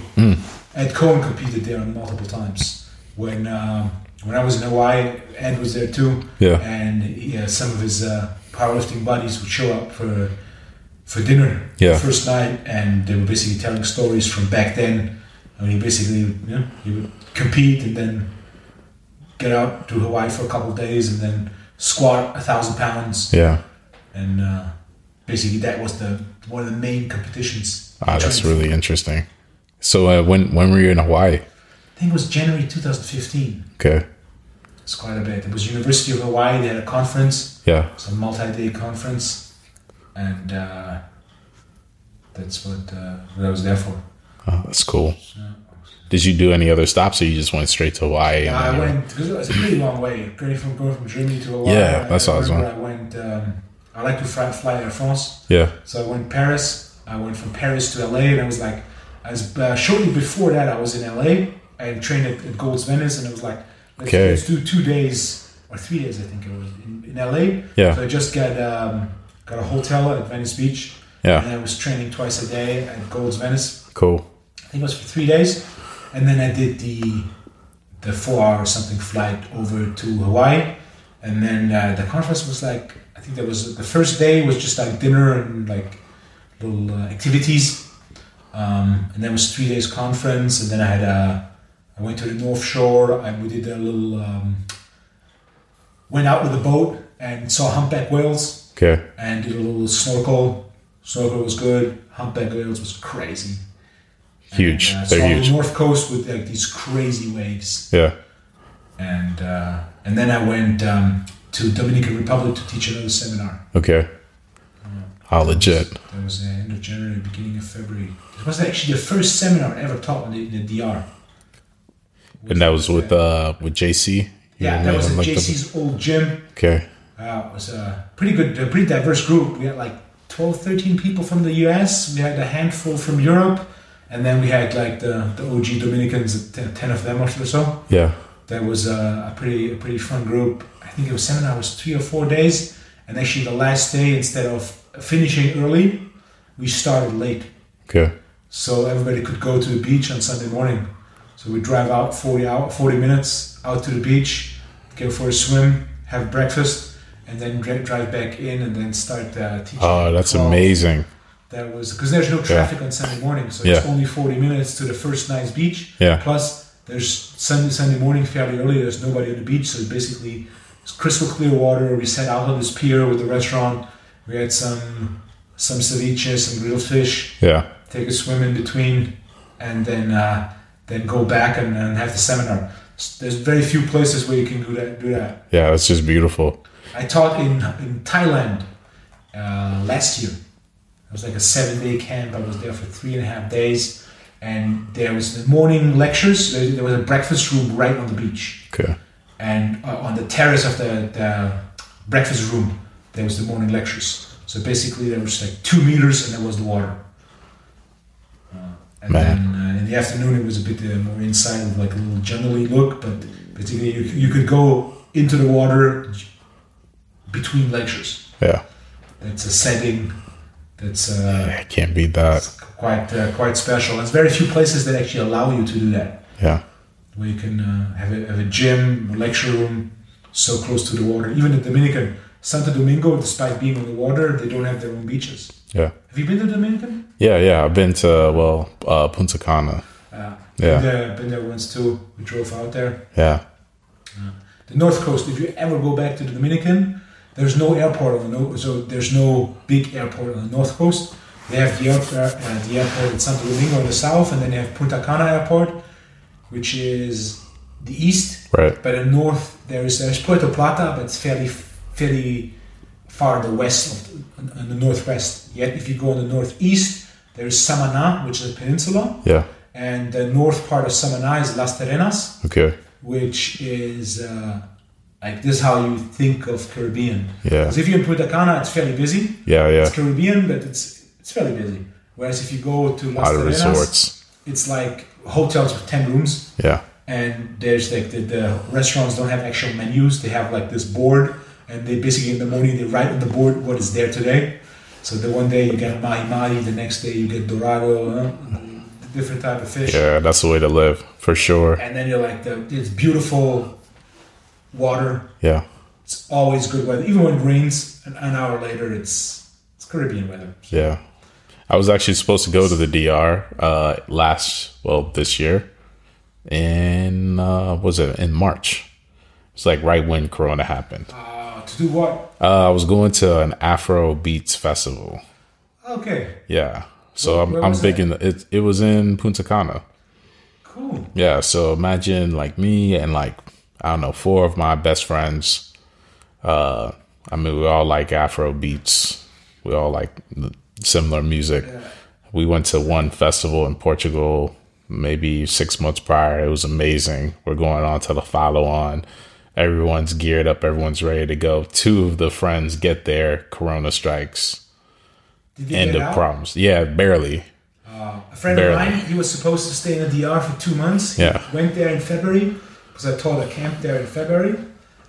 Speaker 2: Ed Cohen competed there multiple times. When um, when I was in Hawaii, Ed was there too.
Speaker 1: Yeah.
Speaker 2: And he, uh, some of his uh, powerlifting buddies would show up for for dinner
Speaker 1: Yeah.
Speaker 2: the first night, and they were basically telling stories from back then. I mean, basically, you know, you would compete and then get out to Hawaii for a couple of days and then squat a thousand pounds,
Speaker 1: Yeah.
Speaker 2: and uh, basically that was the one of the main competitions.
Speaker 1: Ah, that's really interesting. So uh, when when were you in Hawaii?
Speaker 2: I think it was January 2015.
Speaker 1: Okay,
Speaker 2: It's quite a bit. It was University of Hawaii. They had a conference.
Speaker 1: yeah,
Speaker 2: It's a multi-day conference, and uh, that's what, uh, what I was there for.
Speaker 1: oh, that's cool. Did you do any other stops, or you just went straight to Hawaii? and
Speaker 2: Yeah, I
Speaker 1: then-
Speaker 2: went because it was a pretty long way going from going from Germany to Hawaii.
Speaker 1: Yeah, that's what I was
Speaker 2: remember I went. Um, I like to fly, fly Air France,
Speaker 1: Yeah,
Speaker 2: so I went Paris. I went from Paris to LA, and I was like, I was, uh, shortly before that, I was in LA. I trained at, at Gold's Venice, and I was like, let's,
Speaker 1: Okay.
Speaker 2: let's do two days or three days, I think it was in, in LA.
Speaker 1: Yeah.
Speaker 2: So I just got um, got a hotel at Venice Beach, and
Speaker 1: yeah,
Speaker 2: I was training twice a day at Gold's Venice.
Speaker 1: cool.
Speaker 2: I think it was for three days, and then I did the the four hour something flight over to Hawaii, and then uh, the conference was like I think there was the first day was just like dinner and like little uh, activities, um, and then was three days conference, and then I had a I went to the North Shore. I we did a little um, went out with a boat and saw humpback whales
Speaker 1: Okay,
Speaker 2: and did a little snorkel. Soccer was good. Humpback Whales was crazy.
Speaker 1: Huge.
Speaker 2: And, uh,
Speaker 1: They're
Speaker 2: so
Speaker 1: huge.
Speaker 2: The north coast with like these crazy waves,
Speaker 1: Yeah.
Speaker 2: and uh, and then I went um, to Dominican Republic to teach another seminar.
Speaker 1: Okay. How legit.
Speaker 2: That was uh, end of January, beginning of February. It was actually the first seminar I ever taught in the, in the DR.
Speaker 1: And that was with uh with JC. You
Speaker 2: Yeah,
Speaker 1: and
Speaker 2: that
Speaker 1: me
Speaker 2: was
Speaker 1: and
Speaker 2: at
Speaker 1: linked up-
Speaker 2: JC's old gym.
Speaker 1: Okay.
Speaker 2: Uh, it was a pretty good, a pretty diverse group. We had like 12, 13 people from the US. We had a handful from Europe. And then we had like the, the OG Dominicans, t- 10 of them or so.
Speaker 1: Yeah.
Speaker 2: That was a, a pretty a pretty fun group. I think the seminar was three or four days. And actually, the last day, instead of finishing early, we started late.
Speaker 1: Okay.
Speaker 2: So everybody could go to the beach on Sunday morning. So we drive out 40, hour, 40 minutes out to the beach, go for a swim, have breakfast, and then dri- drive back in and then start uh, teaching.
Speaker 1: Oh, that's
Speaker 2: Well,
Speaker 1: amazing.
Speaker 2: That was because there's no traffic on Sunday morning, so it's
Speaker 1: Yeah.
Speaker 2: only 40 minutes to the first nice beach.
Speaker 1: Yeah.
Speaker 2: Plus, there's Sunday Sunday morning fairly early. There's nobody on the beach, so basically it's crystal clear water. We sat out on this pier with the restaurant. We had some some ceviche, some grilled fish
Speaker 1: Yeah.
Speaker 2: take a swim in between, and then uh, then go back and, and have the seminar. S- There's very few places where you can do that. Do that.
Speaker 1: Yeah, that's just beautiful.
Speaker 2: I taught in in Thailand uh, last year. It was like a seven day camp. I was there for three and a half days, and there was the morning lectures. There, there was a breakfast room right on the beach,
Speaker 1: Okay.
Speaker 2: and uh, on the terrace of the, the breakfast room there was the morning lectures. So basically, there was like two meters, and there was the water. And
Speaker 1: Man.
Speaker 2: then uh, in the afternoon, it was a bit uh, more inside, of like a little jungly look. But basically, you, you could go into the water between lectures.
Speaker 1: Yeah.
Speaker 2: That's a setting that's uh,
Speaker 1: I can't beat that.
Speaker 2: quite uh, quite special. There's very few places that actually allow you to do that,
Speaker 1: Yeah.
Speaker 2: where you can uh, have, a, have a gym, a lecture room, so close to the water. Even the Dominican, Santo Domingo, despite being on the water, they don't have their own beaches.
Speaker 1: Yeah.
Speaker 2: Have you been to Dominican?
Speaker 1: Yeah, yeah. I've been to well, uh Punta Cana.
Speaker 2: Uh,
Speaker 1: Yeah.
Speaker 2: Been there, been there once too. We drove out there.
Speaker 1: Yeah.
Speaker 2: The North Coast. If you ever go back to the Dominican, there's no airport on the no, so there's no big airport on the North Coast. They have the airport, uh, the airport at Santo Domingo in the south, and then they have Punta Cana Airport, which is the east.
Speaker 1: Right.
Speaker 2: By the north, there is there's Puerto Plata, but it's fairly fairly far the west of the, on the northwest. Yet, if you go on the northeast, there is Samana, which is a peninsula
Speaker 1: Yeah.
Speaker 2: and the north part of Samana is Las Terrenas,
Speaker 1: Okay.
Speaker 2: which is uh, like this is how you think of Caribbean.
Speaker 1: Yeah.
Speaker 2: Because if you're in Punta Cana, it's fairly busy.
Speaker 1: Yeah, yeah.
Speaker 2: It's Caribbean, but it's it's fairly busy. Whereas if you go to
Speaker 1: A
Speaker 2: Las
Speaker 1: lot of
Speaker 2: Terrenas,
Speaker 1: resorts.
Speaker 2: it's like hotels with ten rooms,
Speaker 1: Yeah.
Speaker 2: and there's like the, the restaurants don't have actual menus. They have like this board, and they basically in the morning they write on the board what is there today. So the one day you get mahi mahi, the next day you get dorado, uh, different type of fish.
Speaker 1: Yeah, that's the way to live for sure.
Speaker 2: and then you're like the, it's beautiful water
Speaker 1: Yeah.
Speaker 2: it's always good weather even when it rains an, an hour later it's it's caribbean weather
Speaker 1: Yeah. I was actually supposed to go to the DR uh last well this year in uh was it in March. It's like right when corona happened.
Speaker 2: uh, to do what
Speaker 1: Uh I was going to an Afro Beats festival.
Speaker 2: okay
Speaker 1: Yeah. So
Speaker 2: Where-
Speaker 1: I'm
Speaker 2: where
Speaker 1: I'm
Speaker 2: was
Speaker 1: thinking it it was in Punta Cana.
Speaker 2: cool
Speaker 1: Yeah, so imagine like me and like I don't know four of my best friends. Uh, I mean, we all like Afro beats. We all like similar music. We went to one festival in Portugal maybe six months prior. It was amazing. We're going on to the follow on. Everyone's geared up. Everyone's ready to go. Two of the friends get there. Corona strikes.
Speaker 2: did you
Speaker 1: End
Speaker 2: get
Speaker 1: of
Speaker 2: out?
Speaker 1: problems. Yeah, barely.
Speaker 2: a friend
Speaker 1: Barely.
Speaker 2: of mine he was supposed to stay in the dr for two months he
Speaker 1: Yeah.
Speaker 2: went there in february because i taught a camp there in february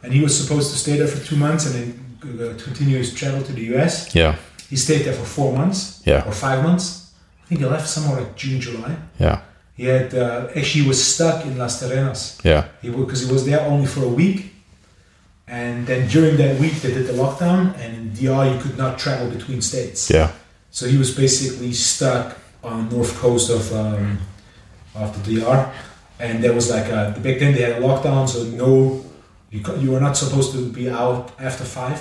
Speaker 2: and he was supposed to stay there for two months and then uh, continue his travel to the us
Speaker 1: Yeah,
Speaker 2: he stayed there for four months
Speaker 1: Yeah.
Speaker 2: or five months i think he left somewhere like june july
Speaker 1: yeah,
Speaker 2: He had uh, actually he was stuck in Las Terrenas.
Speaker 1: yeah.
Speaker 2: He because he was there only for a week, and then during that week they did the lockdown, and in DR you could not travel between states.
Speaker 1: Yeah,
Speaker 2: So he was basically stuck on the north coast of um, of the DR, and there was like a, back then they had a lockdown, so no You, co- you are not supposed to be out after 5,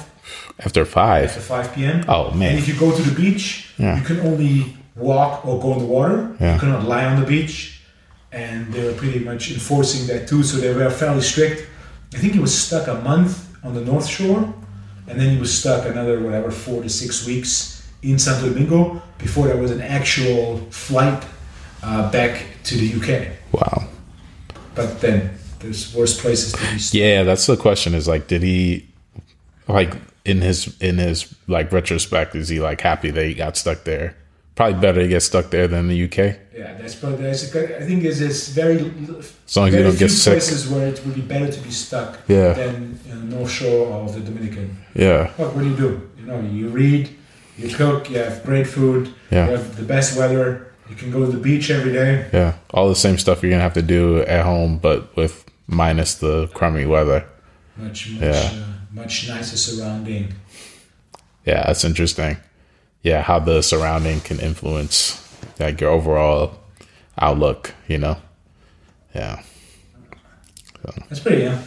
Speaker 1: After five.
Speaker 2: after 5 p.m.
Speaker 1: Oh
Speaker 2: And
Speaker 1: man.
Speaker 2: if you go to the beach,
Speaker 1: Yeah.
Speaker 2: you can only walk or go in the water.
Speaker 1: Yeah.
Speaker 2: You cannot lie on the beach. And they were pretty much enforcing that too. So they were fairly strict. I think he was stuck a month on the North Shore. And then he was stuck another, whatever, four to six weeks in Santo Domingo before there was an actual flight uh, back to the UK.
Speaker 1: Wow.
Speaker 2: But then there's worse places to be stuck.
Speaker 1: Yeah, that's the question. Is like, did he like in his in his like retrospect? Is he like happy that he got stuck there? Probably better to get stuck there than the UK.
Speaker 2: Yeah, that's probably. That's, I think it's, it's very.
Speaker 1: As long as you
Speaker 2: very
Speaker 1: don't get
Speaker 2: few
Speaker 1: sick.
Speaker 2: places where it would be better to be stuck
Speaker 1: Yeah.
Speaker 2: than you know, North Shore of the Dominican.
Speaker 1: Yeah.
Speaker 2: Look, what do you do? You know, you read, you cook, you have great food,
Speaker 1: Yeah.
Speaker 2: you have the best weather. You can go to the beach every day.
Speaker 1: Yeah. All the same stuff you're gonna have to do at home, but with minus the crummy weather.
Speaker 2: Much, much,
Speaker 1: Yeah.
Speaker 2: uh, much nicer surrounding.
Speaker 1: Yeah, that's interesting. Yeah, how the surrounding can influence like your overall outlook, you know? Yeah.
Speaker 2: That's pretty. Yeah,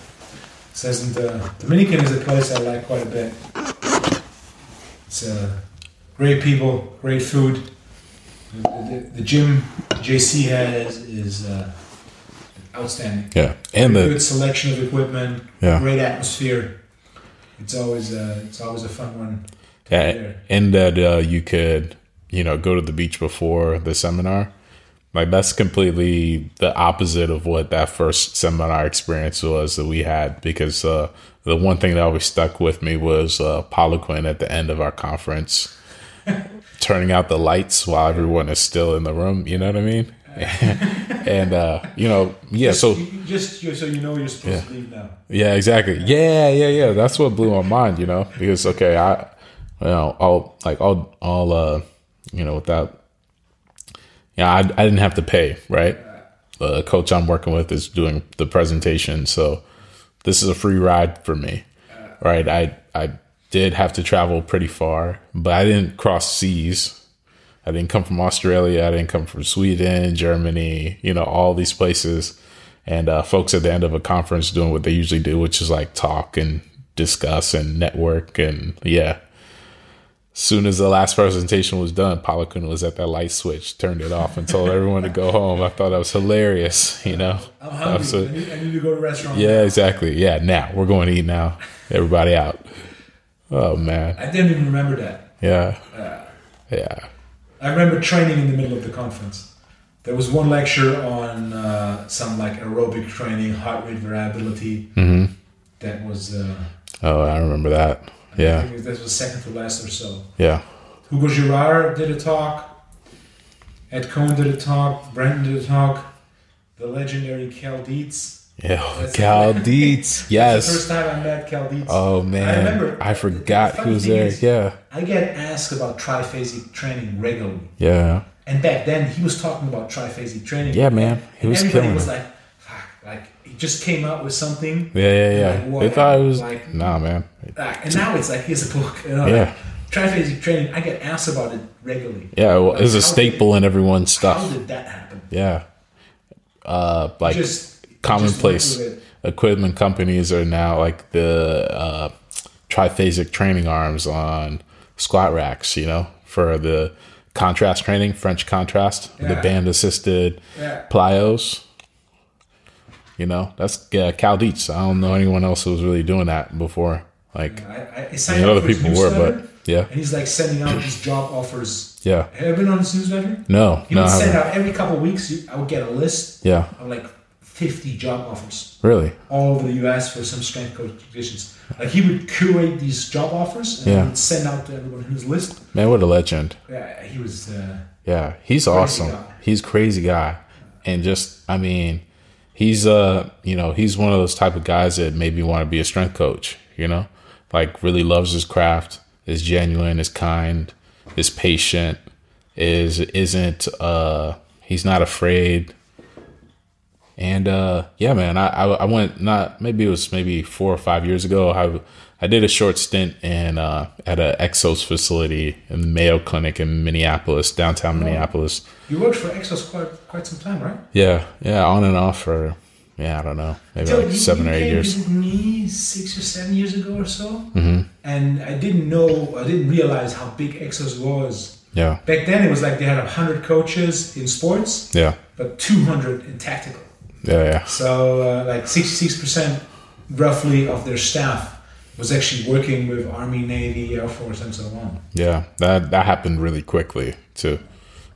Speaker 2: says in the Dominican is a place I like quite a bit. It's uh, great people, great food. The, the, the gym JC has is uh, outstanding.
Speaker 1: Yeah. And the
Speaker 2: good selection of equipment,
Speaker 1: yeah.
Speaker 2: great atmosphere. It's always uh, it's always a fun one. to be
Speaker 1: yeah
Speaker 2: there.
Speaker 1: and that uh, you could, you know, go to the beach before the seminar. Like that's completely the opposite of what that first seminar experience was that we had because uh, the one thing that always stuck with me was uh, Poliquin at the end of our conference turning out the lights while everyone is still in the room. You know what I mean? *laughs* and uh, you know, yeah. So
Speaker 2: You- just you, so you know you're supposed to leave now.
Speaker 1: yeah, exactly. Yeah, yeah, yeah. That's what blew my mind, you know, because okay, I, you know, I'll like I'll I'll uh, you know, without, yeah, I I didn't have to pay, right? The coach I'm working with is doing the presentation, so this is a free ride for me, right? I I did have to travel pretty far, but I didn't cross seas. I didn't come from Australia. I didn't come from Sweden, Germany, you know, all these places. And uh, folks at the end of a conference doing what they usually do, which is like talk and discuss and network. And yeah. Soon as the last presentation was done, Poliquin was at that light switch, turned it off, and told everyone to go home. I thought that was hilarious, you know?
Speaker 2: I'm hungry.
Speaker 1: Absolutely.
Speaker 2: I, need, I need to go to the restaurant.
Speaker 1: Yeah, exactly. Yeah, now we're going to eat now. Everybody out. Oh man.
Speaker 2: I didn't even remember that.
Speaker 1: Yeah.
Speaker 2: Uh,
Speaker 1: Yeah.
Speaker 2: I remember training in the middle of the conference. There was one lecture on uh, some like aerobic training, heart rate variability.
Speaker 1: Mhm.
Speaker 2: That was uh,
Speaker 1: Oh, I remember that.
Speaker 2: I
Speaker 1: Yeah.
Speaker 2: think that was second to last or so.
Speaker 1: Yeah.
Speaker 2: Hugo Girard did a talk. Ed Cohn did a talk. Brandon did a talk. The legendary Cal Dietz.
Speaker 1: Yeah. Oh,
Speaker 2: That's-
Speaker 1: Cal Dietz.
Speaker 2: The
Speaker 1: Yes.
Speaker 2: first time I met Cal Dietz.
Speaker 1: Oh man. I,
Speaker 2: remember.
Speaker 1: forgot
Speaker 2: The
Speaker 1: who was
Speaker 2: funny
Speaker 1: there.
Speaker 2: thing is-
Speaker 1: yeah.
Speaker 2: I get asked about triphasic training regularly,
Speaker 1: Yeah.
Speaker 2: and back then he was talking about triphasic training.
Speaker 1: Yeah, man. He
Speaker 2: And
Speaker 1: was
Speaker 2: everybody
Speaker 1: killing
Speaker 2: was
Speaker 1: it.
Speaker 2: like, "Fuck!" Like he just came out with something,
Speaker 1: Yeah, yeah, yeah.
Speaker 2: like,
Speaker 1: they
Speaker 2: what?
Speaker 1: thought it was
Speaker 2: Like-
Speaker 1: nah man.
Speaker 2: like, and now it's like here's a book. You know,
Speaker 1: Yeah.
Speaker 2: like, triphasic training. I get asked about it regularly.
Speaker 1: Yeah, well,
Speaker 2: Like,
Speaker 1: it was a
Speaker 2: how
Speaker 1: staple in everyone's
Speaker 2: How
Speaker 1: stuff.
Speaker 2: did that happen?
Speaker 1: Yeah. Uh like
Speaker 2: Just just
Speaker 1: commonplace
Speaker 2: went with it.
Speaker 1: equipment companies are now like the uh, triphasic training arms on squat racks, you know, for the contrast training, French contrast, the
Speaker 2: Yeah.
Speaker 1: band assisted
Speaker 2: Yeah.
Speaker 1: plyos. You know, that's uh, Cal Dietz. I don't know anyone else who was really doing that before. Like,
Speaker 2: I, I- I
Speaker 1: I
Speaker 2: signed
Speaker 1: mean,
Speaker 2: up
Speaker 1: other
Speaker 2: for his
Speaker 1: people were,
Speaker 2: newsletter,
Speaker 1: but yeah,
Speaker 2: and he's like sending out these job offers.
Speaker 1: yeah.
Speaker 2: Have you been on his newsletter?
Speaker 1: No,
Speaker 2: He
Speaker 1: no, I
Speaker 2: would send
Speaker 1: haven't.
Speaker 2: out every couple of weeks. you- I would get a list
Speaker 1: Yeah,
Speaker 2: of like fifty job offers.
Speaker 1: really.
Speaker 2: all over the U.S. for some strength coach positions. Like he would curate these job offers and
Speaker 1: Yeah.
Speaker 2: he would send out to everyone in his list.
Speaker 1: Man, what a legend.
Speaker 2: Yeah, he was. Uh,
Speaker 1: Yeah, he's awesome.
Speaker 2: guy.
Speaker 1: He's crazy guy, and just I mean, he's uh you know he's one of those type of guys that made me want to be a strength coach. You know, like really loves his craft, is genuine, is kind, is patient, is isn't uh he's not afraid. And uh, yeah, man, I, I I went not maybe it was maybe four or five years ago. I I did a short stint in uh, at a Exos facility in the Mayo Clinic in Minneapolis, downtown Minneapolis.
Speaker 2: you worked for Exos quite quite some time, right?
Speaker 1: Yeah, yeah, on and off for yeah, I don't know, maybe
Speaker 2: Joe,
Speaker 1: like
Speaker 2: you-
Speaker 1: seven
Speaker 2: you
Speaker 1: or eight
Speaker 2: came
Speaker 1: years.
Speaker 2: with Me six or seven years ago or so,
Speaker 1: hmm
Speaker 2: and I didn't know, I didn't realize how big Exos was.
Speaker 1: Yeah,
Speaker 2: Back then, it was like they had hundred coaches in sports,
Speaker 1: yeah,
Speaker 2: but two hundred in tactical.
Speaker 1: yeah, yeah.
Speaker 2: So, uh, like sixty-six percent, roughly, of their staff was actually working with Army, Navy, Air Force, and so on.
Speaker 1: Yeah, that that happened really quickly too.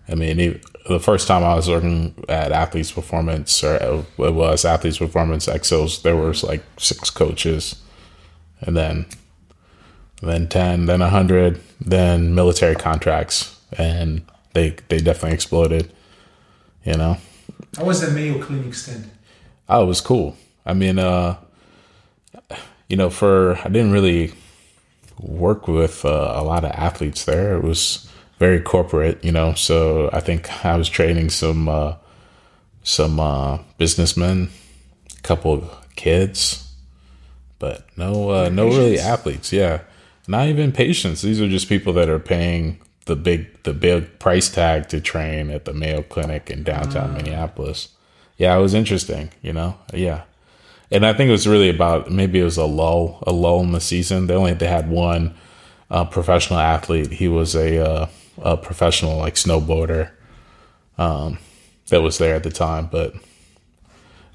Speaker 1: I mean, it, the first time I was working at Athletes Performance, or uh, it was Athletes Performance Exos, there was like six coaches, and then, then ten, then hundred, then military contracts, and they they definitely exploded. You know,
Speaker 2: How was the Mayo Clinic stint?
Speaker 1: oh, it was cool. I mean, uh, you know, for I didn't really work with uh, a lot of athletes there. It was very corporate, you know. So I think I was training some uh, some uh, businessmen, a couple of kids, but no uh, no really
Speaker 2: Patients.
Speaker 1: athletes. Yeah, not even patients. These are just people that are paying the big the big price tag to train at the Mayo Clinic in downtown Minneapolis. Yeah, it was interesting. You know, yeah. And I think it was really about maybe it was a lull, a lull in the season. They only they had one uh, professional athlete. He was a uh, a professional like snowboarder um, that was there at the time. But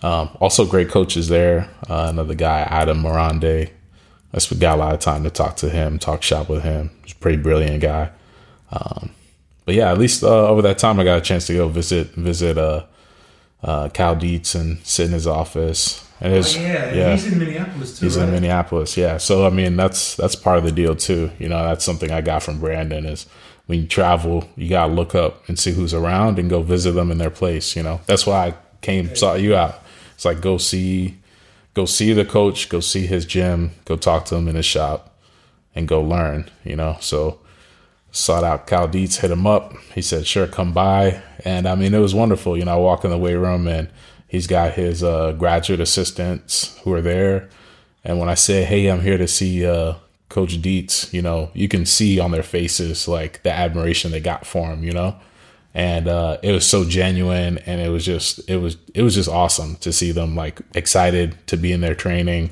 Speaker 1: um, also great coaches there. Uh, another guy, Adam Morande. I sp- got a lot of time to talk to him, talk shop with him. He's a pretty brilliant guy. Um, but yeah, at least uh, over that time, I got a chance to go visit visit uh, uh, Cal Dietz and sit in his office. And it was,
Speaker 2: Oh, yeah, and he's in Minneapolis too.
Speaker 1: He's
Speaker 2: right?
Speaker 1: in Minneapolis, yeah. So I mean, that's that's part of the deal too. You know, that's something I got from Brandon is when you travel, you gotta look up and see who's around and go visit them in their place. You know, that's why I came saw you out. It's like go see, go see the coach, go see his gym, go talk to him in his shop, and go learn. You know, so sought out Cal Dietz, hit him up. He said, sure, come by. And I mean, it was wonderful. You know, I walk in the weight room and he's got his uh, graduate assistants who are there. And when I said, hey, I'm here to see uh, Coach Dietz, you know, you can see on their faces like the admiration they got for him, you know? And uh, it was so genuine, and it was just it was it was just awesome to see them like excited to be in their training,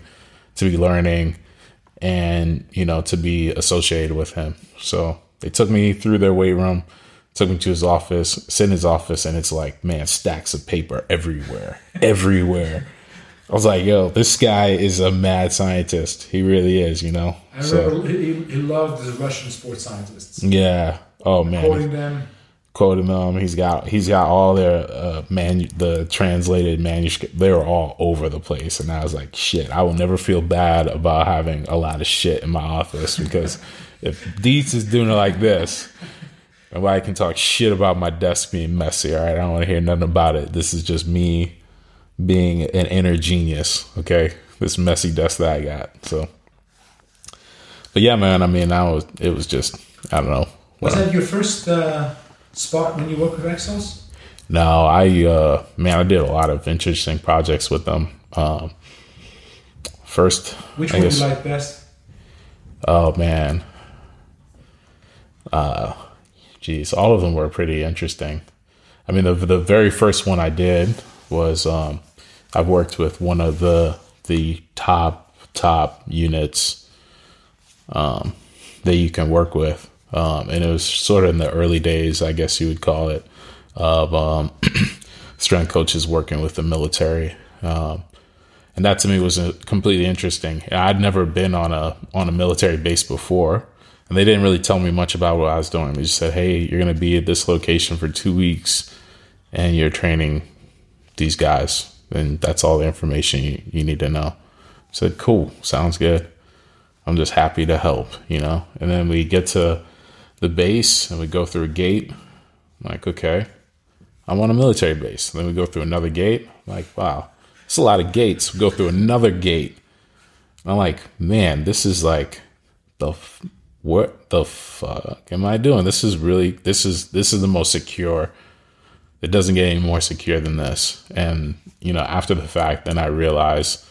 Speaker 1: to be learning, and you know to be associated with him so they took me through their weight room took me to his office sit in his office and it's like man stacks of paper everywhere everywhere i was like yo this guy is a mad scientist he really is you know
Speaker 2: I
Speaker 1: so
Speaker 2: remember he, he loved the Russian sports scientists,
Speaker 1: yeah oh man
Speaker 2: quoting them.
Speaker 1: quoting them he's got he's got all their uh man the translated manuscript they were all over the place and i was like shit i will never feel bad about having a lot of shit in my office because *laughs* if Dietz is doing it like this nobody can talk shit about my desk being messy all right i don't want to hear nothing about it this is just me being an inner genius okay this messy desk that i got so but yeah man i mean i was it was just i don't know
Speaker 2: Was that your first uh, spot when you worked with Exos?
Speaker 1: No, I uh man, I did a lot of interesting projects with them. Um first
Speaker 2: Which
Speaker 1: I
Speaker 2: one
Speaker 1: guess-
Speaker 2: you like best?
Speaker 1: Oh man. Uh geez, all of them were pretty interesting. I mean the the very first one I did was um I worked with one of the the top top units um that you can work with. Um and it was sort of in the early days, I guess you would call it, of um *clears throat* strength coaches working with the military. Um and that to me was uh, completely interesting. I'd never been on a on a military base before, and they didn't really tell me much about what I was doing. They just said, "Hey, you're going to be at this location for two weeks, and you're training these guys, and that's all the information you, you need to know." I said, "Cool, sounds good. I'm just happy to help," you know. And then we get to the base and we go through a gate. I'm like, okay, I'm on a military base. Then we go through another gate. I'm like, wow, it's a lot of gates. We go through another gate. And I'm like, man, this is like the f- what the fuck am I doing? This is really this is this is the most secure. It doesn't get any more secure than this. And you know, after the fact, then I realized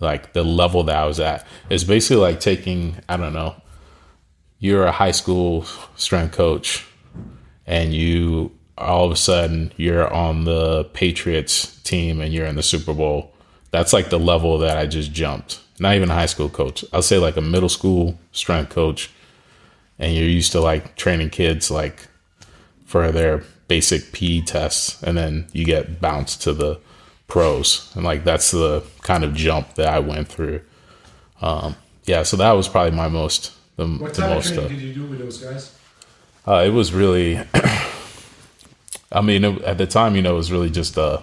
Speaker 1: like the level that I was at is basically like taking I don't know. You're a high school strength coach and you all of a sudden you're on the Patriots team and you're in the Super Bowl That's like the level that I just jumped. Not even a high school coach. I'll say like a middle school strength coach. And you're used to like training kids like for their basic PE tests. And then you get bounced to the pros. And like that's the kind of jump that I went through. Um, yeah, so that was probably my most the,
Speaker 2: What
Speaker 1: the
Speaker 2: type of
Speaker 1: most
Speaker 2: training
Speaker 1: uh,
Speaker 2: did you do with those guys?
Speaker 1: uh, it was really, *clears throat* I mean, it- at the time, you know, it was really just uh,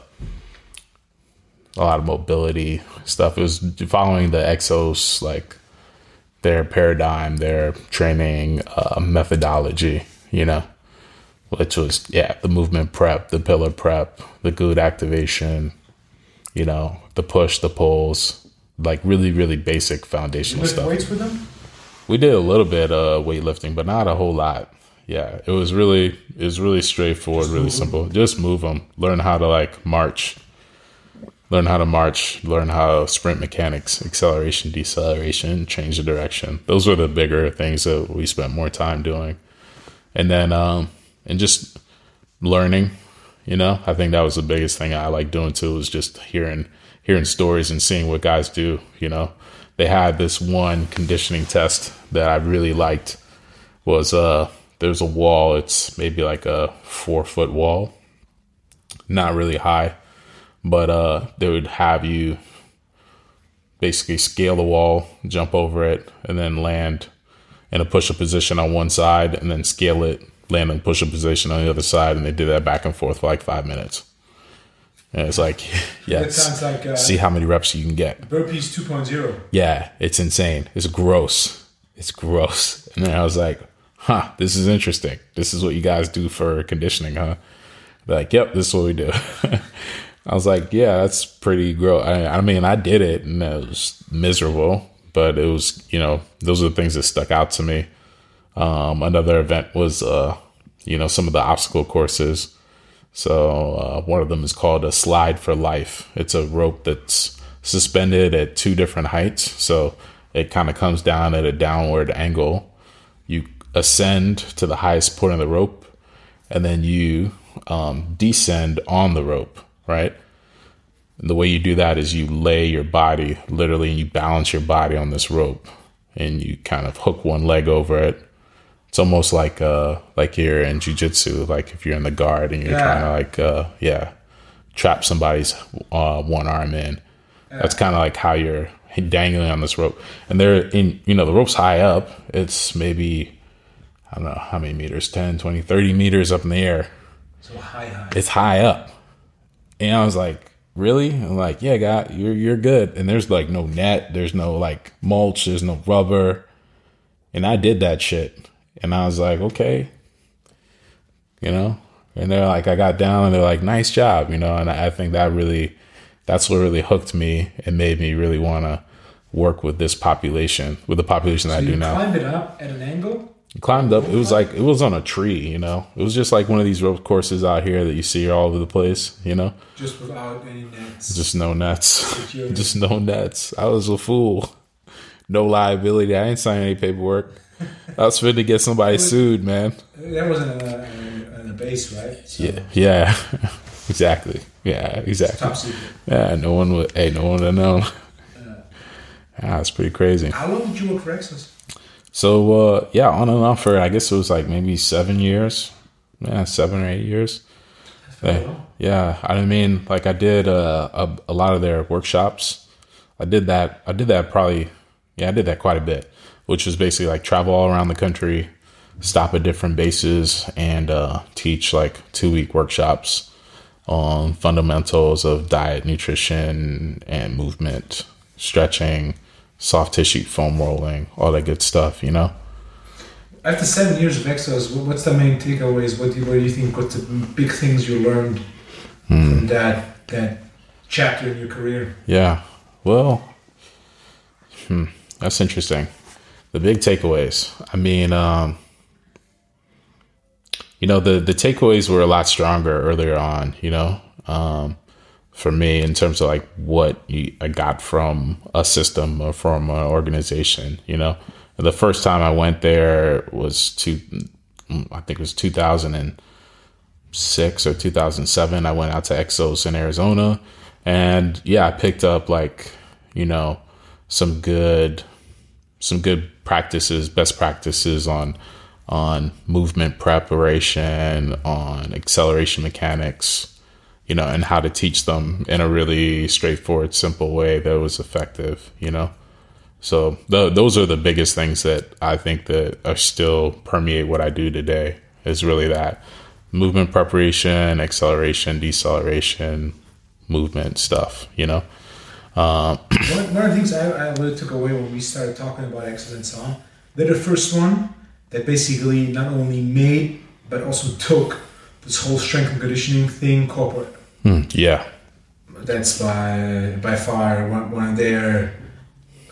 Speaker 1: a lot of mobility stuff. It was following the Exos, like their paradigm, their training uh, methodology, you know, which was, yeah, the movement prep, the pillar prep, the good activation, you know, the push, the pulls, like really, really basic
Speaker 2: Did you
Speaker 1: foundational
Speaker 2: lift
Speaker 1: stuff.
Speaker 2: weights with them?
Speaker 1: We did a little bit of weightlifting, but not a whole lot. Yeah, it was really it was really straightforward, really simple. Just move them, learn how to like march, learn how to march, learn how sprint mechanics, acceleration, deceleration, change of direction. Those were the bigger things that we spent more time doing, and then um and just learning. You know, I think that was the biggest thing I like doing too was just hearing hearing stories and seeing what guys do. You know, they had this one conditioning test that I really liked was uh there's a wall. It's maybe like a four foot wall, not really high, but uh they would have you basically scale the wall, jump over it, and then land in a push up position on one side and then scale it, land in push up position on the other side. And they did that back and forth for like five minutes. And it's like, *laughs* yeah,
Speaker 2: That sounds like uh,
Speaker 1: see how many reps you can get.
Speaker 2: burpees 2.0.
Speaker 1: Yeah, it's insane. It's gross. It's gross. And then I was like, huh, this is interesting. This is what you guys do for conditioning, huh? They're like, yep, this is what we do. *laughs* I was like, yeah, that's pretty gross. I, I mean, I did it and it was miserable, but it was, you know, those are the things that stuck out to me. Um, another event was, uh, you know, some of the obstacle courses. So uh, one of them is called a slide for life. It's a rope that's suspended at two different heights. So it kind of comes down at a downward angle. You ascend to the highest point of the rope, and then you um, descend on the rope, right? the way you do that is you lay your body literally and you balance your body on this rope and you kind of hook one leg over it it's almost like uh like you're in jujitsu like if you're in the guard and you're
Speaker 2: Yeah.
Speaker 1: trying to like uh yeah trap somebody's uh one arm in that's kind of like how you're dangling on this rope and they're in you know the rope's high up it's maybe i don't know how many meters 10 20 30 meters up in the air
Speaker 2: So high, high.
Speaker 1: it's high up. And I was like, really? I'm like, yeah, guy, you're you're good. And there's like no net, there's no like mulch, there's no rubber. And I did that shit. And I was like, okay. You know? And they're like, I got down and they're like, nice job, you know, and I, I think that really that's what really hooked me and made me really wanna work with this population, with the population that I do
Speaker 2: you
Speaker 1: now
Speaker 2: climbed it up at an angle.
Speaker 1: climbed up. It was like it was on a tree, you know. It was just like one of these rope courses out here that you see all over the place, you know.
Speaker 2: Just without any nets.
Speaker 1: Just no nets, *laughs*
Speaker 2: Secure.
Speaker 1: just no nets. I was a fool. No liability. I ain't signing any paperwork. I was fit to get somebody sued, man.
Speaker 2: Uh, That wasn't on a, on a, on a base, right? So
Speaker 1: Yeah, yeah, *laughs* exactly. Yeah, exactly.
Speaker 2: Top secret.
Speaker 1: Yeah, no one would. Hey, no one would have known. Ah, it's pretty crazy.
Speaker 2: How long did you work for Exos?
Speaker 1: So uh, yeah, on and off for I guess it was like maybe seven years, yeah, seven or eight years.
Speaker 2: very
Speaker 1: Yeah.
Speaker 2: long.
Speaker 1: Yeah, I mean, like I did uh, a a lot of their workshops. I did that. I did that probably. Yeah, I did that quite a bit, which was basically like travel all around the country, stop at different bases, and uh, teach like two week workshops on fundamentals of diet, nutrition, and movement, stretching, soft tissue foam rolling, all that good stuff. You know.
Speaker 2: After seven years of Exos, wh- what's the main takeaways? What do you, what do you think? What's the big things you learned
Speaker 1: Hmm.
Speaker 2: from that that chapter in your career?
Speaker 1: Yeah. Well, hmm, that's interesting. The big takeaways. I mean, um, you know, the the takeaways were a lot stronger earlier on. You know, um, for me in terms of like what you, I got from a system or from an organization. You know, the first time I went there was two. I think it was two thousand and six or 2007 i went out to exos in arizona and yeah, I picked up like you know some good some good practices, best practices on on movement preparation, on acceleration mechanics, you know, and how to teach them in a really straightforward, simple way that was effective, you know. So th- those are the biggest things that I think that are still permeate what I do today is really that movement preparation, acceleration, deceleration, movement stuff, you know. Um,
Speaker 2: one, one of the things I, I really took away when we started talking about exercise and so on, they're the first one that basically not only made but also took this whole strength and conditioning thing corporate.
Speaker 1: mm, yeah,
Speaker 2: That's by by far one, one of their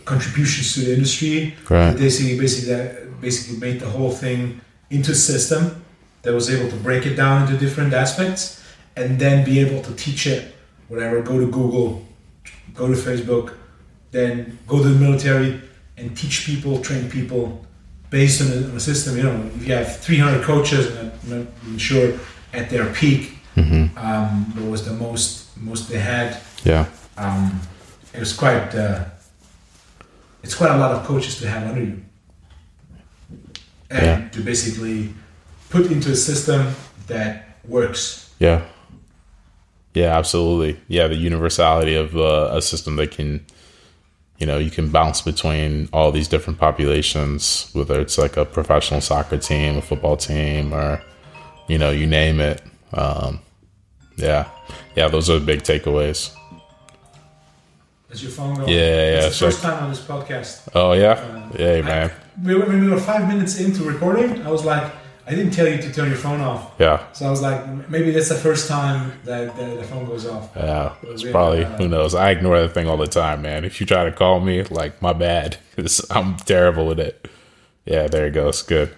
Speaker 2: contributions to the industry.
Speaker 1: Right.
Speaker 2: They basically basically that basically made the whole thing into a system that was able to break it down into different aspects and then be able to teach it. Whatever, go to Google, go to Facebook, then go to the military and teach people, train people based on a, on a system. You know, if you have 300 coaches, and I'm not even sure at their peak, um, what was the most most they had.
Speaker 1: yeah,
Speaker 2: Um, it was quite. Uh, it's quite a lot of coaches to have under you, and
Speaker 1: Yeah.
Speaker 2: to basically put into a system that works.
Speaker 1: yeah, yeah, absolutely. Yeah, the universality of uh, a system that can, you know, you can bounce between all these different populations, whether it's like a professional soccer team, a football team, or you know, you name it. Um, yeah, yeah, those are the big takeaways.
Speaker 2: As your phone goes,
Speaker 1: Yeah, yeah,
Speaker 2: It's
Speaker 1: yeah,
Speaker 2: the
Speaker 1: sure.
Speaker 2: first time on this podcast.
Speaker 1: Oh yeah, yeah, man,
Speaker 2: We were, when we were five minutes into recording, I was like, I didn't tell you to turn your phone off.
Speaker 1: yeah.
Speaker 2: So I was like, maybe that's the first time that, that the phone goes off.
Speaker 1: Yeah, it's
Speaker 2: Yeah.
Speaker 1: probably who knows. I ignore that thing all the time, man. If you try to call me, like my bad, *laughs* 'Cause I'm terrible with it. Yeah, there it goes. Good.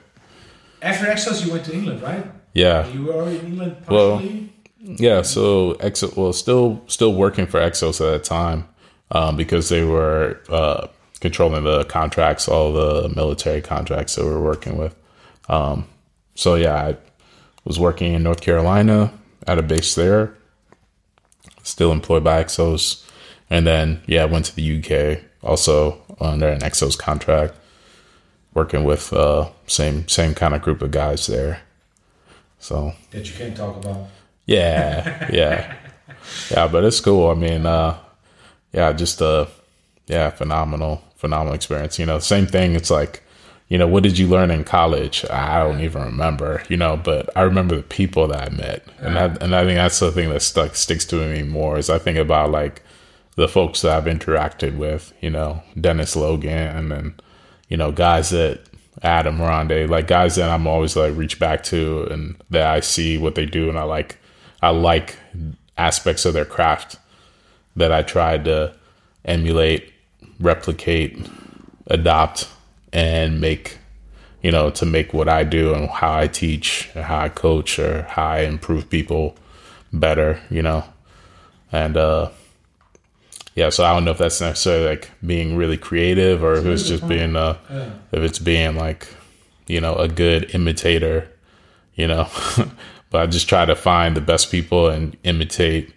Speaker 2: After Exos, you went to England, right?
Speaker 1: Yeah,
Speaker 2: You were already in England
Speaker 1: Well-
Speaker 2: partially.
Speaker 1: yeah. So Exo, well, still still working for Exos at that time um, because they were uh, controlling the contracts, all the military contracts that we were working with. Um, so yeah, I was working in North Carolina at a base there. Still employed by Exos, and then yeah, went to the UK also under an Exos contract, working with uh, same same kind of group of guys there. So
Speaker 2: that you can't talk about.
Speaker 1: yeah, yeah, yeah. But it's cool. I mean, uh, yeah, just uh, yeah, phenomenal, phenomenal experience. You know, same thing. It's like, you know, what did you learn in college? I don't even remember. You know, but I remember the people that I met, and I, and I think that's the thing that stuck sticks to me more is I think about like the folks that I've interacted with. You know, Dennis Logan and you know guys that Adam Ronde, like guys that I'm always like reach back to and that I see what they do and I like I like aspects of their craft that I tried to emulate, replicate, adopt and make you know to make what I do and how I teach, or how I coach or how I improve people better, you know. And uh yeah, so I don't know if that's necessarily like being really creative or if it's just being uh if it's being like you know a good imitator you know *laughs* but i just try to find the best people and imitate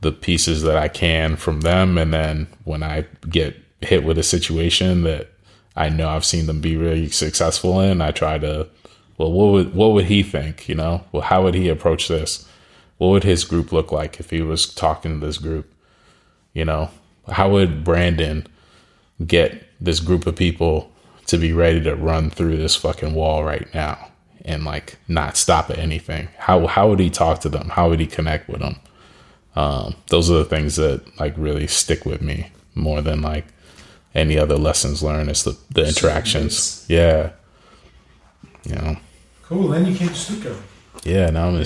Speaker 1: the pieces that i can from them and then when i get hit with a situation that i know i've seen them be really successful in i try to well what would what would he think you know well how would he approach this what would his group look like if he was talking to this group you know how would brandon get this group of people to be ready to run through this fucking wall right now and like not stop at anything. How how would he talk to them? How would he connect with them? Um, those are the things that like really stick with me more than like any other lessons learned. It's the the interactions. Yeah. You know.
Speaker 2: Cool. Then you came to Stuttgart.
Speaker 1: Yeah. Now I'm in
Speaker 2: Yeah, you- You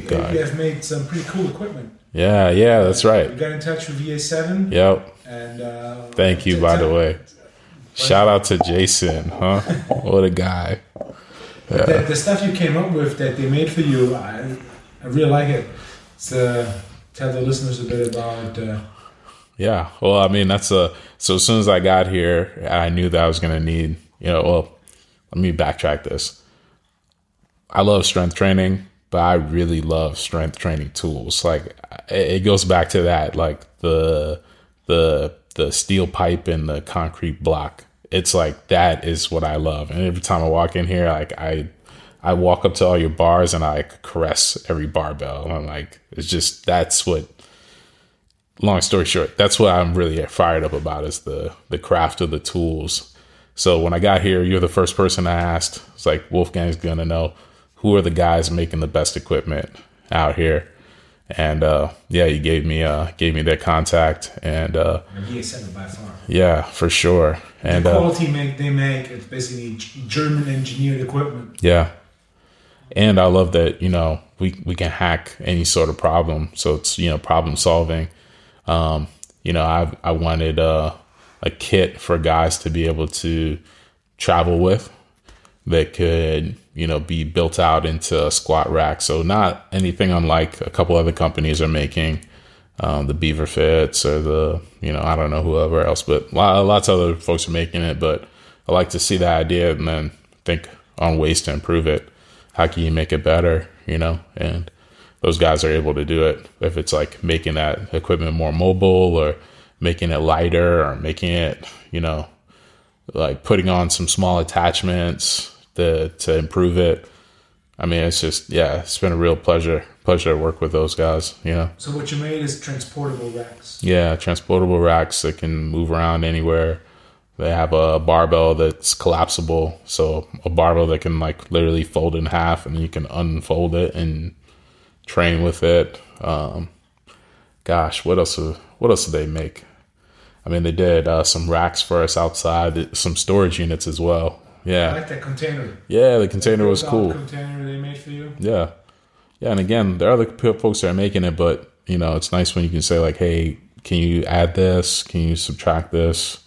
Speaker 1: Stuttgart.
Speaker 2: have made some pretty cool equipment.
Speaker 1: Yeah. Yeah. That's
Speaker 2: You
Speaker 1: right.
Speaker 2: got in touch with VA7.
Speaker 1: Yep.
Speaker 2: And uh,
Speaker 1: Thank you,
Speaker 2: t-
Speaker 1: by
Speaker 2: t-
Speaker 1: the way. Shout out to Jason, huh? What a guy.
Speaker 2: The, the stuff you came up with that they made for you, I, I really like it. So tell the listeners a bit about. Uh,
Speaker 1: Yeah. Well, I mean, that's a so as soon as I got here, I knew that I was going to need, you know, well, let me backtrack this. I love strength training. but I really love strength training tools. Like it goes back to that, like the the the steel pipe and the concrete block. It's like that is what I love. And every time I walk in here, like I I walk up to all your bars and I caress every barbell. And I'm like, it's just that's what. Long story short, that's what I'm really fired up about is the the craft of the tools. So when I got here, you're the first person I asked. It's like Wolfgang's gonna know who are the guys making the best equipment out here and uh, yeah you gave me uh, gave me their contact and uh,
Speaker 2: DSM by far.
Speaker 1: yeah for sure and
Speaker 2: the
Speaker 1: uh,
Speaker 2: quality make they make it's basically G- German engineered equipment.
Speaker 1: yeah and i love that you know we we can hack any sort of problem so it's you know problem solving um you know i i wanted uh a kit for guys to be able to travel with that could you know be built out into a squat rack so not anything unlike a couple other companies are making um, the beaver fits or the you know i don't know whoever else but lo- lots of other folks are making it but i like to see that idea and then think on ways to improve it how can you make it better you know and those guys are able to do it if it's like making that equipment more mobile or making it lighter or making it you know like putting on some small attachments to to improve it. I mean, it's just yeah, it's been a real pleasure pleasure to work with those guys. You know,
Speaker 2: So what you made is transportable racks.
Speaker 1: yeah, transportable racks that can move around anywhere. They have a barbell that's collapsible, so a barbell that can like literally fold in half, and then you can unfold it and train with it. Um, gosh, what else? What else did they make? I mean, they did uh, some racks for us outside, some storage units as well.
Speaker 2: I
Speaker 1: Yeah,
Speaker 2: like that container.
Speaker 1: yeah, the container was
Speaker 2: That
Speaker 1: cool.
Speaker 2: Container they made for you.
Speaker 1: Yeah. Yeah. And again, there are other p- folks that are making it, but you know, it's nice when you can say like, Hey, can you add this? Can you subtract this?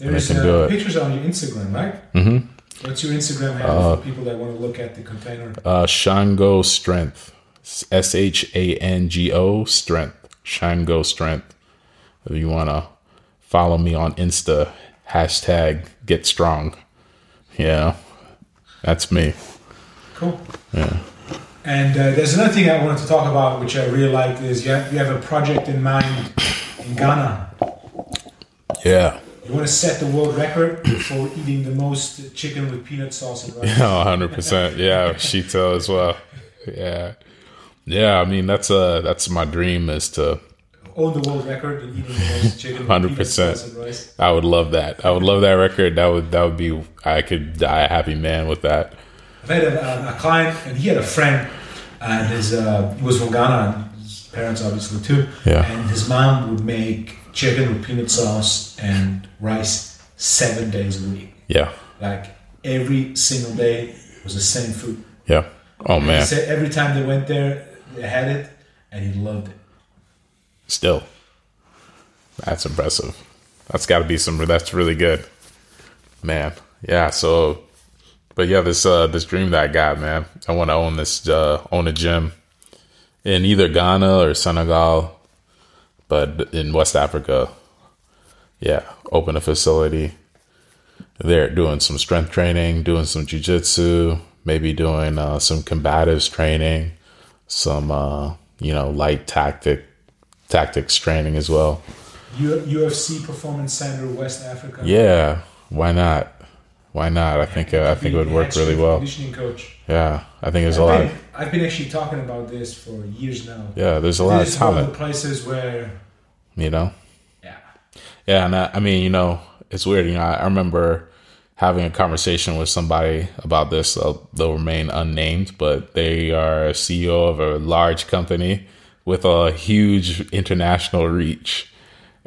Speaker 1: I
Speaker 2: There's
Speaker 1: can do
Speaker 2: uh,
Speaker 1: it.
Speaker 2: pictures on your Instagram, right?
Speaker 1: Mm-hmm.
Speaker 2: What's your Instagram handle for people that want to look at the container?
Speaker 1: Uh, Shango strength, S H A N G O strength, Shango strength. If you want to follow me on Insta, hashtag get strong. Yeah. That's me.
Speaker 2: Cool.
Speaker 1: Yeah.
Speaker 2: And uh, there's another thing I wanted to talk about, which I really liked, is you have, you have a project in mind in Ghana.
Speaker 1: Yeah. *laughs*
Speaker 2: You want to set the world record for eating the most chicken with peanut sauce and rice.
Speaker 1: No, Oh, hundred percent. Yeah, Shito as well. Yeah, yeah. I mean, that's uh that's my dream is to.
Speaker 2: Own the world record in eating the most chicken with peanut
Speaker 1: 100%.
Speaker 2: sauce and rice.
Speaker 1: I would love that. I would love that record. That would that would be. I could die a happy man with that.
Speaker 2: I've had a, a, a client, and he had a friend, and his uh, he was from Ghana, and his parents obviously too.
Speaker 1: Yeah.
Speaker 2: And his mom would make chicken with peanut sauce and rice seven days a week,
Speaker 1: Yeah,
Speaker 2: like every single day was the same food.
Speaker 1: yeah. Oh
Speaker 2: He
Speaker 1: man,
Speaker 2: said every time they went there, they had it, and he loved it.
Speaker 1: still, that's impressive. That's got to be some. That's really good, man. Yeah. So, but yeah, this uh this dream that I got, man. I want to own this uh own a gym in either Ghana or Senegal, but in West Africa. Yeah, open a facility. They're doing some strength training, doing some jujitsu, maybe doing uh, some combatives training, some uh, you know light tactic tactics training as well.
Speaker 2: U- UFC Performance Center, West Africa.
Speaker 1: Yeah, why not? Why not? I think uh, I think it would work really well.
Speaker 2: Conditioning coach.
Speaker 1: Yeah, I think there's a
Speaker 2: I've
Speaker 1: lot.
Speaker 2: been, I've been actually talking about this for years now.
Speaker 1: Yeah, there's a lot of
Speaker 2: this is one of
Speaker 1: talent.
Speaker 2: the places where,
Speaker 1: You know.
Speaker 2: yeah,
Speaker 1: Yeah, and I, I mean, you know, it's weird. You know, I, I remember having a conversation with somebody about this. They'll, they'll remain unnamed, but they are a CEO of a large company with a huge international reach.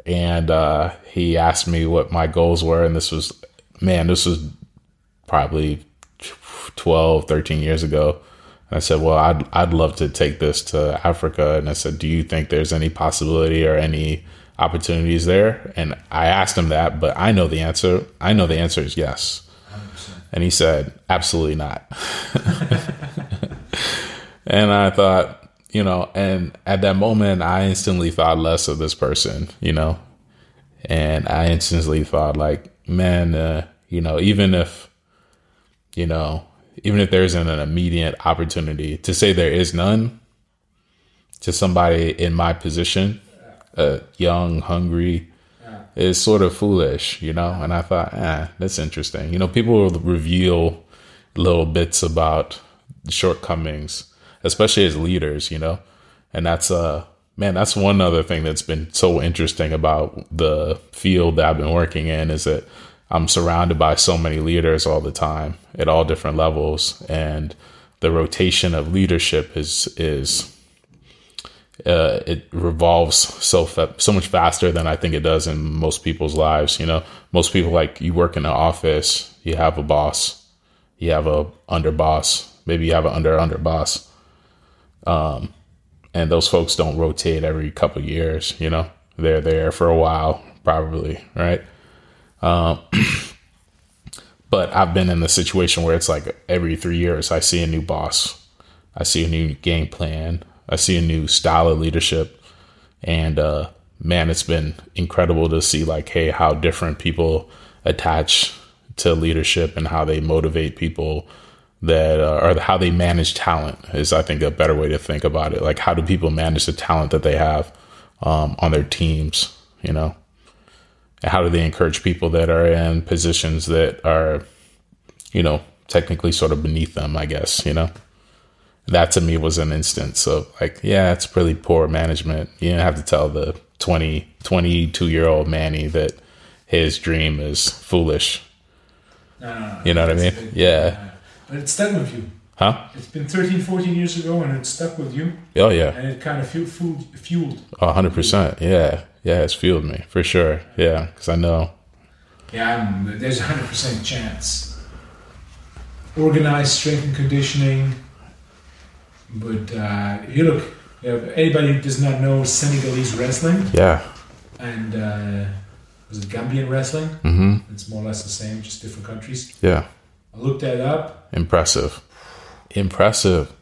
Speaker 1: And uh, he asked me what my goals were. And this was, man, this was probably 12, 13 years ago. And I said, well, I'd, I'd love to take this to Africa. And I said, do you think there's any possibility or any opportunities there? And I asked him that, but I know the answer. I know the answer is yes.
Speaker 2: 100%.
Speaker 1: And he said, absolutely not. and I thought, you know, and at that moment, I instantly thought less of this person, you know, and I instantly thought, like, man, uh, you know, even if, you know, even if there isn't an immediate opportunity to say there is none to somebody in my position, uh, young, hungry, is sort of foolish, you know? And I thought, eh, that's interesting. You know, people will reveal little bits about shortcomings, especially as leaders, you know? And that's, uh, man, that's one other thing that's been so interesting about the field that I've been working in is that I'm surrounded by so many leaders all the time at all different levels. And the rotation of leadership is, is, uh, it revolves so fa- so much faster than I think it does in most people's lives. You know, most people like you work in an office, you have a boss, you have a underboss, maybe you have an under underboss, um, and those folks don't rotate every couple years. You know, they're there for a while, probably, right? Um, *clears throat* but I've been in the situation where it's like every three years I see a new boss, I see a new game plan, I see a new style of leadership, and uh, man, it's been incredible to see like, hey, how different people attach to leadership and how they motivate people that uh, or how they manage talent is I think a better way to think about it. Like, how do people manage the talent that they have um, on their teams? You know, and how do they encourage people that are in positions that are, you know, technically sort of beneath them? I guess you know that to me was an instance of like, yeah, it's pretty poor management. You didn't have to tell the 20, 22 year old Manny that his dream is foolish.
Speaker 2: No, no, no,
Speaker 1: You know what I
Speaker 2: It's-
Speaker 1: mean?
Speaker 2: it-
Speaker 1: Yeah.
Speaker 2: But it stuck with you.
Speaker 1: Huh?
Speaker 2: It's been 13, 14 years ago and it stuck with you
Speaker 1: Oh, yeah.
Speaker 2: and it kind of fueled, fueled, fueled.
Speaker 1: a 100%. Yeah. Yeah. It's fueled me for sure. Yeah. Cause I know.
Speaker 2: Yeah, I'm, there's a 100% chance. Organized strength and conditioning. But uh, you look, if anybody who does not know Senegalese wrestling
Speaker 1: Yeah.
Speaker 2: and uh, was it Gambian wrestling?
Speaker 1: hmm.
Speaker 2: It's more or less the same, just different countries.
Speaker 1: Yeah.
Speaker 2: I looked that up.
Speaker 1: Impressive. Impressive.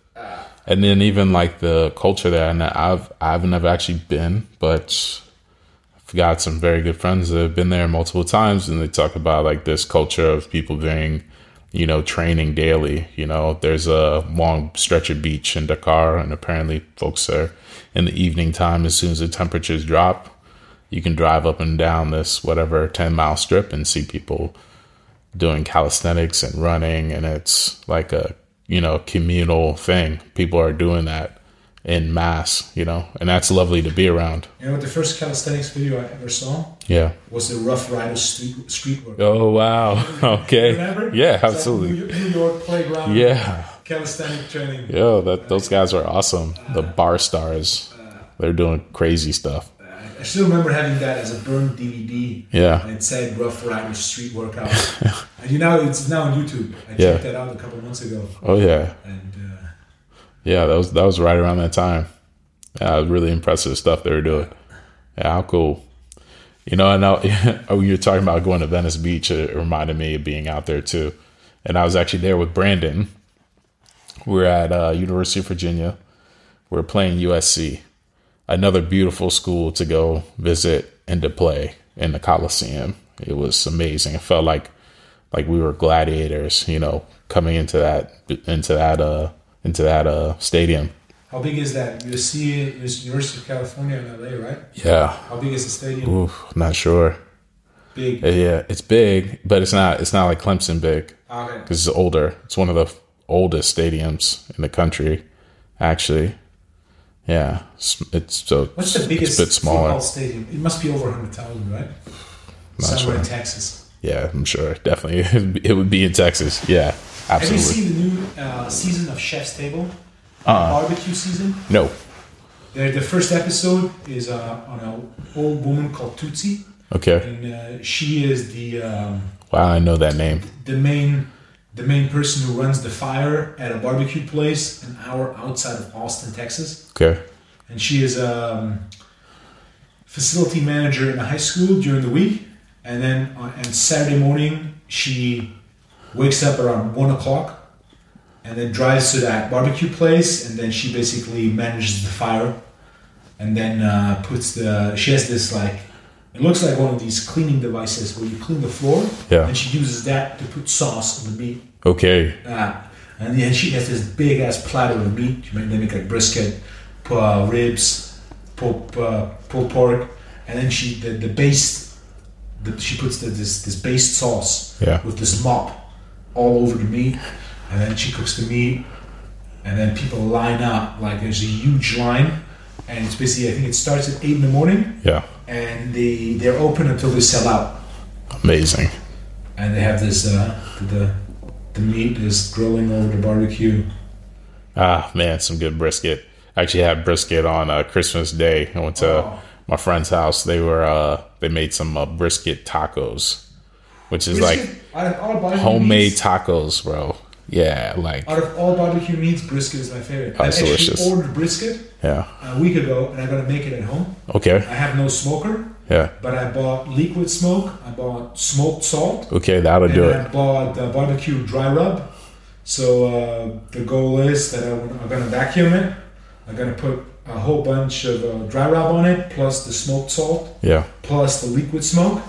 Speaker 1: And then even like the culture there, and I've I've never actually been, but I've got some very good friends that have been there multiple times, and they talk about like this culture of people doing, you know, training daily. You know, there's a long stretch of beach in Dakar, and apparently folks are in the evening time as soon as the temperatures drop. You can drive up and down this whatever ten mile strip and see people doing calisthenics and running and it's like a you know communal thing people are doing that in mass you know and that's lovely to be around
Speaker 2: You know what the first calisthenics video I ever saw
Speaker 1: yeah
Speaker 2: was the Rough Rider street, street work.
Speaker 1: oh wow *laughs* okay
Speaker 2: Remember?
Speaker 1: yeah
Speaker 2: It's like
Speaker 1: absolutely
Speaker 2: New New York playground
Speaker 1: yeah
Speaker 2: calisthenic training.
Speaker 1: yo that those guys are awesome the bar stars they're doing crazy stuff
Speaker 2: I still remember having that as a burned DVD.
Speaker 1: yeah
Speaker 2: And it said Rough Rider Street
Speaker 1: *laughs*
Speaker 2: Workout. and you know, it's now on YouTube. I checked
Speaker 1: Yeah.
Speaker 2: that out a couple months ago.
Speaker 1: oh yeah
Speaker 2: And uh,
Speaker 1: yeah that was that was right around that time yeah really impressive stuff they were doing yeah how cool you know and I, *laughs* oh you were talking about going to venice beach it reminded me of being out there too and i was actually there with brandon we're at uh, university of virginia we're playing usc another beautiful school to go visit and to play in the coliseum it was amazing it felt like like we were gladiators you know coming into that into that uh into that uh stadium
Speaker 2: how big is that? USC, it's University of California in LA, right?
Speaker 1: yeah
Speaker 2: How big is the stadium?
Speaker 1: Oof, not sure.
Speaker 2: Big.
Speaker 1: Yeah, it's big, but it's not. It's not like Clemson big
Speaker 2: Okay.
Speaker 1: because it's older. It's one of the f- oldest stadiums in the country, actually. Yeah, it's, it's so.
Speaker 2: What's the
Speaker 1: It's
Speaker 2: biggest
Speaker 1: a bit smaller.
Speaker 2: football stadium? It must be over 100,000, right?
Speaker 1: Not
Speaker 2: Somewhere
Speaker 1: sure.
Speaker 2: in Texas.
Speaker 1: Yeah, I'm sure. Definitely, *laughs* it would be- it would be in Texas. Yeah,
Speaker 2: Have
Speaker 1: absolutely.
Speaker 2: you seen the new uh, season of Chef's Table?
Speaker 1: Uh-uh.
Speaker 2: Barbecue season?
Speaker 1: No.
Speaker 2: The, the first episode is uh, on an old woman called Tootsie.
Speaker 1: Okay.
Speaker 2: And uh, she is the. Um,
Speaker 1: Wow, I know that name.
Speaker 2: the main the main person who runs the fire at a barbecue place an hour outside of Austin, Texas,
Speaker 1: Okay.
Speaker 2: and she is um, facility manager in a high school during the week, and then on and Saturday morning she wakes up around one o'clock. And then drives to that barbecue place, and then she basically manages the fire, and then uh, puts the. She has this like, it looks like one of these cleaning devices where you clean the floor,
Speaker 1: Yeah.
Speaker 2: and she uses that to put sauce on the meat.
Speaker 1: Okay.
Speaker 2: Ah, And then she gets this big ass platter of meat. You make- They make like brisket, po- uh, ribs, pulled uh, pulled pork, and then she the, the based the, she puts the, this this based sauce
Speaker 1: Yeah.
Speaker 2: with this mop all over the meat, and then she cooks the meat, and then people line up like there's a huge line, and it's basically I think it starts at eight in the morning,
Speaker 1: Yeah.
Speaker 2: and they they're open until they sell out
Speaker 1: Amazing.
Speaker 2: and they have this uh, the the meat is grilling over the barbecue.
Speaker 1: Ah, man, some good brisket. I actually had brisket on uh, Christmas Day. I went to
Speaker 2: Oh.
Speaker 1: my friend's house. They were uh, they made some uh, brisket tacos, which is like
Speaker 2: Brisket, out of all barbecue
Speaker 1: homemade
Speaker 2: meats,
Speaker 1: tacos, bro. Yeah, like
Speaker 2: out of all barbecue meats, brisket is my favorite. I
Speaker 1: Oh, it's
Speaker 2: actually
Speaker 1: delicious.
Speaker 2: ordered brisket
Speaker 1: yeah.
Speaker 2: a week ago, and I'm gonna make it at home.
Speaker 1: Okay,
Speaker 2: I have no smoker,
Speaker 1: yeah.
Speaker 2: but I bought liquid smoke. I bought smoked salt,
Speaker 1: Okay, that'll
Speaker 2: and
Speaker 1: do
Speaker 2: I
Speaker 1: it.
Speaker 2: bought the barbecue dry rub. So uh, the goal is that I'm, I'm gonna vacuum it. I'm gonna put a whole bunch of uh, dry rub on it, plus the smoked salt.
Speaker 1: Yeah.
Speaker 2: plus the liquid smoke,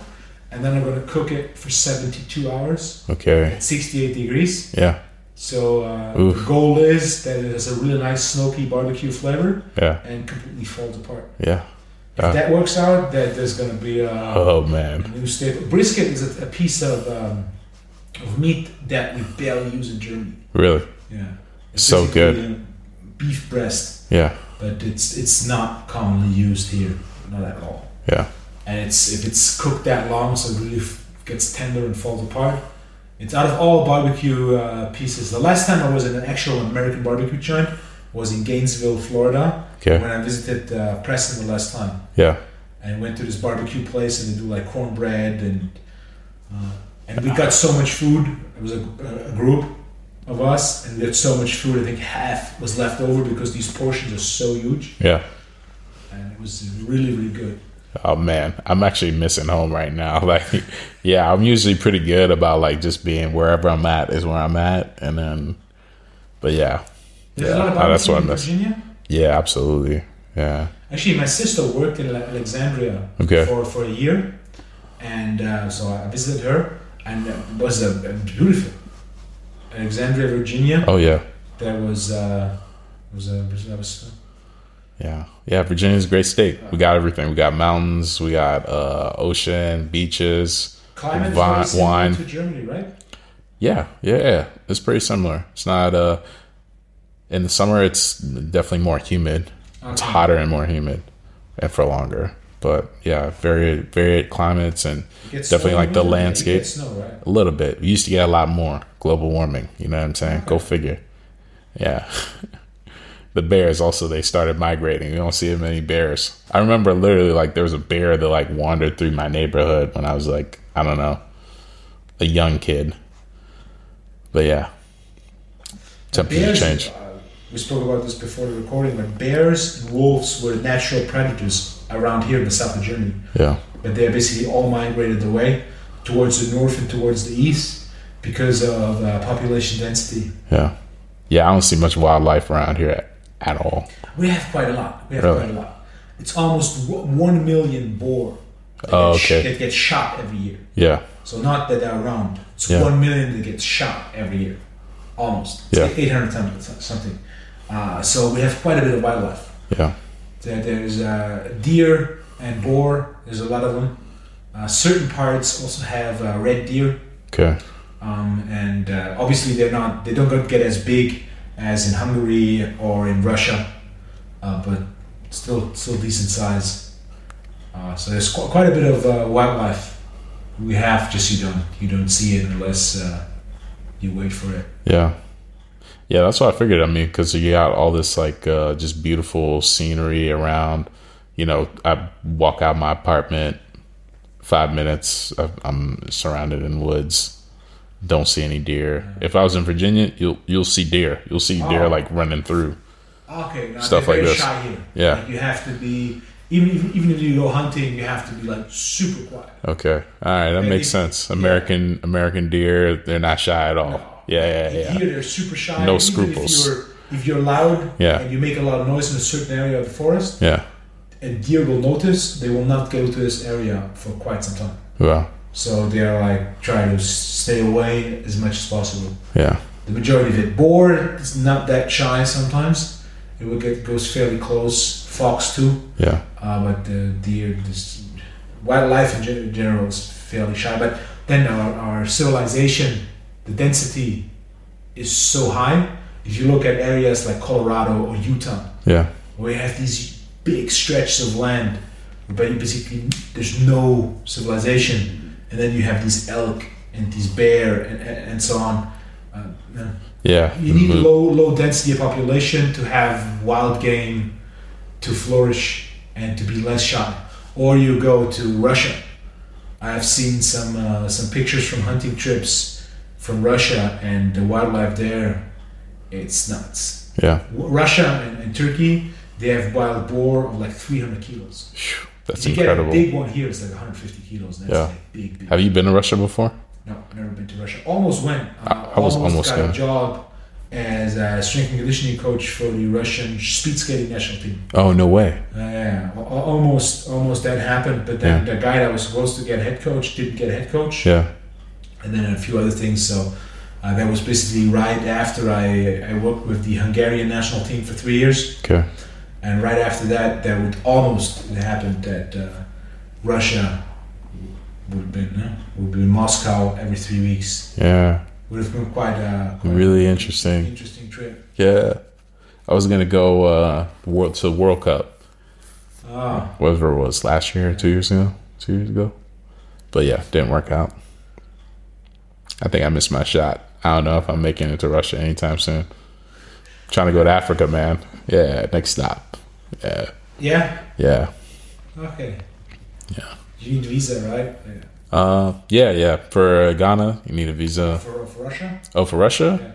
Speaker 2: and then I'm gonna cook it for 72 hours
Speaker 1: Okay.
Speaker 2: at 68 degrees.
Speaker 1: Yeah.
Speaker 2: So uh, the
Speaker 1: Oof.
Speaker 2: goal is that it has a really nice smoky barbecue flavor
Speaker 1: Yeah.
Speaker 2: and completely falls apart.
Speaker 1: Yeah.
Speaker 2: If
Speaker 1: Ah.
Speaker 2: that works out, that there's gonna be a,
Speaker 1: Oh
Speaker 2: a
Speaker 1: man.
Speaker 2: new staple. Brisket is a, a piece of um, of meat that we barely use in Germany.
Speaker 1: Really?
Speaker 2: Yeah,
Speaker 1: So
Speaker 2: basically a Beef breast,
Speaker 1: Yeah.
Speaker 2: but it's it's not commonly used here, not at all.
Speaker 1: Yeah.
Speaker 2: and it's if it's cooked that long, so it really f- gets tender and falls apart. It's out of all barbecue uh, pieces. The last time I was in an actual American barbecue joint was in Gainesville, Florida,
Speaker 1: Okay.
Speaker 2: when I visited uh, Preston the last time,
Speaker 1: Yeah.
Speaker 2: and went to this barbecue place and they do like cornbread and uh, and we got so much food. It was a, a group of us, and we had so much food. I think half was left over because these portions are so huge,
Speaker 1: Yeah.
Speaker 2: and it was really really good.
Speaker 1: Oh man, I'm actually missing home right now. *laughs* Like, yeah, I'm usually pretty good about like just being wherever I'm at is where I'm at, and then, but yeah,
Speaker 2: There's
Speaker 1: Yeah,
Speaker 2: a lot of
Speaker 1: oh, that's
Speaker 2: barbecue
Speaker 1: what I
Speaker 2: in
Speaker 1: missed.
Speaker 2: Virginia.
Speaker 1: yeah, absolutely, yeah,
Speaker 2: Actually, my sister worked in Ale- Alexandria
Speaker 1: Okay.
Speaker 2: for, for a year, and uh, so I visited her, and it was a, a beautiful Alexandria, Virginia.
Speaker 1: oh yeah,
Speaker 2: There was uh, was a was, that was
Speaker 1: yeah, yeah. Virginia's a great state. We got everything. We got mountains. We got uh, ocean, beaches.
Speaker 2: climate is
Speaker 1: Vi-
Speaker 2: very similar
Speaker 1: wine.
Speaker 2: to Germany, right?
Speaker 1: Yeah, yeah, yeah. It's pretty similar. It's not uh, in the summer it's definitely more humid. It's
Speaker 2: Okay.
Speaker 1: hotter and more humid, and for longer. But yeah, very varied climates and
Speaker 2: It gets
Speaker 1: Definitely
Speaker 2: snow
Speaker 1: like
Speaker 2: in
Speaker 1: the
Speaker 2: Virginia. It
Speaker 1: landscape.
Speaker 2: gets snow, right?
Speaker 1: A little bit. We used to get a lot more global warming. You know what I'm saying? Go figure. Yeah. *laughs* the bears also they started migrating. We don't see as many bears. I remember literally like there was a bear that like wandered through my neighborhood when I was like I don't know a young kid. But yeah,
Speaker 2: Bears,
Speaker 1: temperatures change.
Speaker 2: uh, we spoke about this before the recording. But bears and wolves were natural predators around here in the south of Germany.
Speaker 1: Yeah,
Speaker 2: but they're basically all migrated away towards the north and towards the east because of uh, population density.
Speaker 1: yeah, yeah. I don't see much wildlife around here at, at all.
Speaker 2: We have quite a lot. We have
Speaker 1: Really?
Speaker 2: quite a lot. It's almost w- one million boar that,
Speaker 1: Oh,
Speaker 2: get sh-
Speaker 1: okay.
Speaker 2: that get shot every year.
Speaker 1: Yeah,
Speaker 2: So not that they're around. It's
Speaker 1: Yeah.
Speaker 2: one million that gets shot every year, almost. It's
Speaker 1: Yeah.
Speaker 2: like 800 times or something. Uh, so we have quite a bit of wildlife.
Speaker 1: yeah,
Speaker 2: There, there's uh, deer and boar. There's a lot of them. Uh, certain parts also have uh, red deer.
Speaker 1: okay,
Speaker 2: um, and uh, obviously they're not they don't get as big as in Hungary or in Russia, uh, but still still decent size. Uh, so there's qu- quite a bit of uh, wildlife we have, just you don't you don't see it unless uh, you wait for it.
Speaker 1: Yeah. Yeah, that's what I figured. I mean, because you got all this like uh, just beautiful scenery around. You know, I walk out my apartment, five minutes, I- I'm surrounded in woods. Don't see any deer. If I was in Virginia, you'll you'll see deer. You'll see deer
Speaker 2: Oh.
Speaker 1: like running through.
Speaker 2: Okay, now
Speaker 1: Stuff
Speaker 2: they're
Speaker 1: like
Speaker 2: very
Speaker 1: this.
Speaker 2: Shy here.
Speaker 1: Yeah.
Speaker 2: Like, you have to be even if, even if you go hunting, you have to be like super quiet.
Speaker 1: Okay, all right, that
Speaker 2: Yeah,
Speaker 1: makes
Speaker 2: you-
Speaker 1: sense. American American deer, they're not shy at all. Oh, Yeah, yeah, yeah.
Speaker 2: Here they're super shy.
Speaker 1: No
Speaker 2: Even
Speaker 1: scruples.
Speaker 2: If you're, if you're loud
Speaker 1: Yeah.
Speaker 2: and you make a lot of noise in a certain area of the forest,
Speaker 1: Yeah.
Speaker 2: and deer will notice, they will not go to this area for quite some time.
Speaker 1: Well,
Speaker 2: So they are like trying to stay away as much as possible.
Speaker 1: yeah.
Speaker 2: the majority of it. Boar is not that shy sometimes. It will get goes fairly close. Fox too,
Speaker 1: Yeah.
Speaker 2: uh, but the deer, this wildlife in gen- general is fairly shy. But then our, our civilization, the density is so high. If you look at areas like Colorado or Utah,
Speaker 1: Yeah.
Speaker 2: where you have these big stretches of land where basically there's no civilization, and then you have these elk and these bear and, and, and so on. Uh, yeah.
Speaker 1: Yeah.
Speaker 2: You need low low density of population to have wild game to flourish and to be less shy. Or you go to Russia. I have seen some uh, some pictures from hunting trips from Russia and the wildlife there. It's nuts.
Speaker 1: Yeah.
Speaker 2: Russia and, and Turkey, they have wild boar of like 300 kilos.
Speaker 1: Phew, That's
Speaker 2: you
Speaker 1: incredible.
Speaker 2: get a big one here, it's like 150 kilos. That's
Speaker 1: Yeah.
Speaker 2: like big, big.
Speaker 1: Have you been to Russia before?
Speaker 2: No, I've never been to Russia. Almost went. Uh,
Speaker 1: I was almost
Speaker 2: got
Speaker 1: there.
Speaker 2: a job as a strength and conditioning coach for the Russian speed skating national team.
Speaker 1: Oh no way.
Speaker 2: Uh, yeah, al- al- almost, almost that happened. But then the guy that was supposed to get head coach didn't get head coach
Speaker 1: Yeah.
Speaker 2: and then a few other things. So uh, that was basically right after I, I worked with the Hungarian national team for three years.
Speaker 1: Okay.
Speaker 2: And right after that, that would almost happen that uh, Russia would be, no, would be in Moscow every three weeks.
Speaker 1: Yeah.
Speaker 2: Would have been quite a quite
Speaker 1: Really
Speaker 2: a
Speaker 1: interesting.
Speaker 2: interesting trip.
Speaker 1: Yeah. I was gonna go uh world to the World Cup,
Speaker 2: Ah,
Speaker 1: whatever it was last year, two years ago, two years ago. But yeah, didn't work out. I think I missed my shot. I don't know if I'm making it to Russia anytime soon. Trying to go to Africa, man. Yeah, next stop. Yeah.
Speaker 2: yeah.
Speaker 1: Yeah.
Speaker 2: Okay.
Speaker 1: Yeah.
Speaker 2: You need visa, right? Yeah.
Speaker 1: Uh yeah, yeah. For Ghana, you need a visa.
Speaker 2: For, for Russia?
Speaker 1: Oh, for
Speaker 2: Yeah.
Speaker 1: Russia?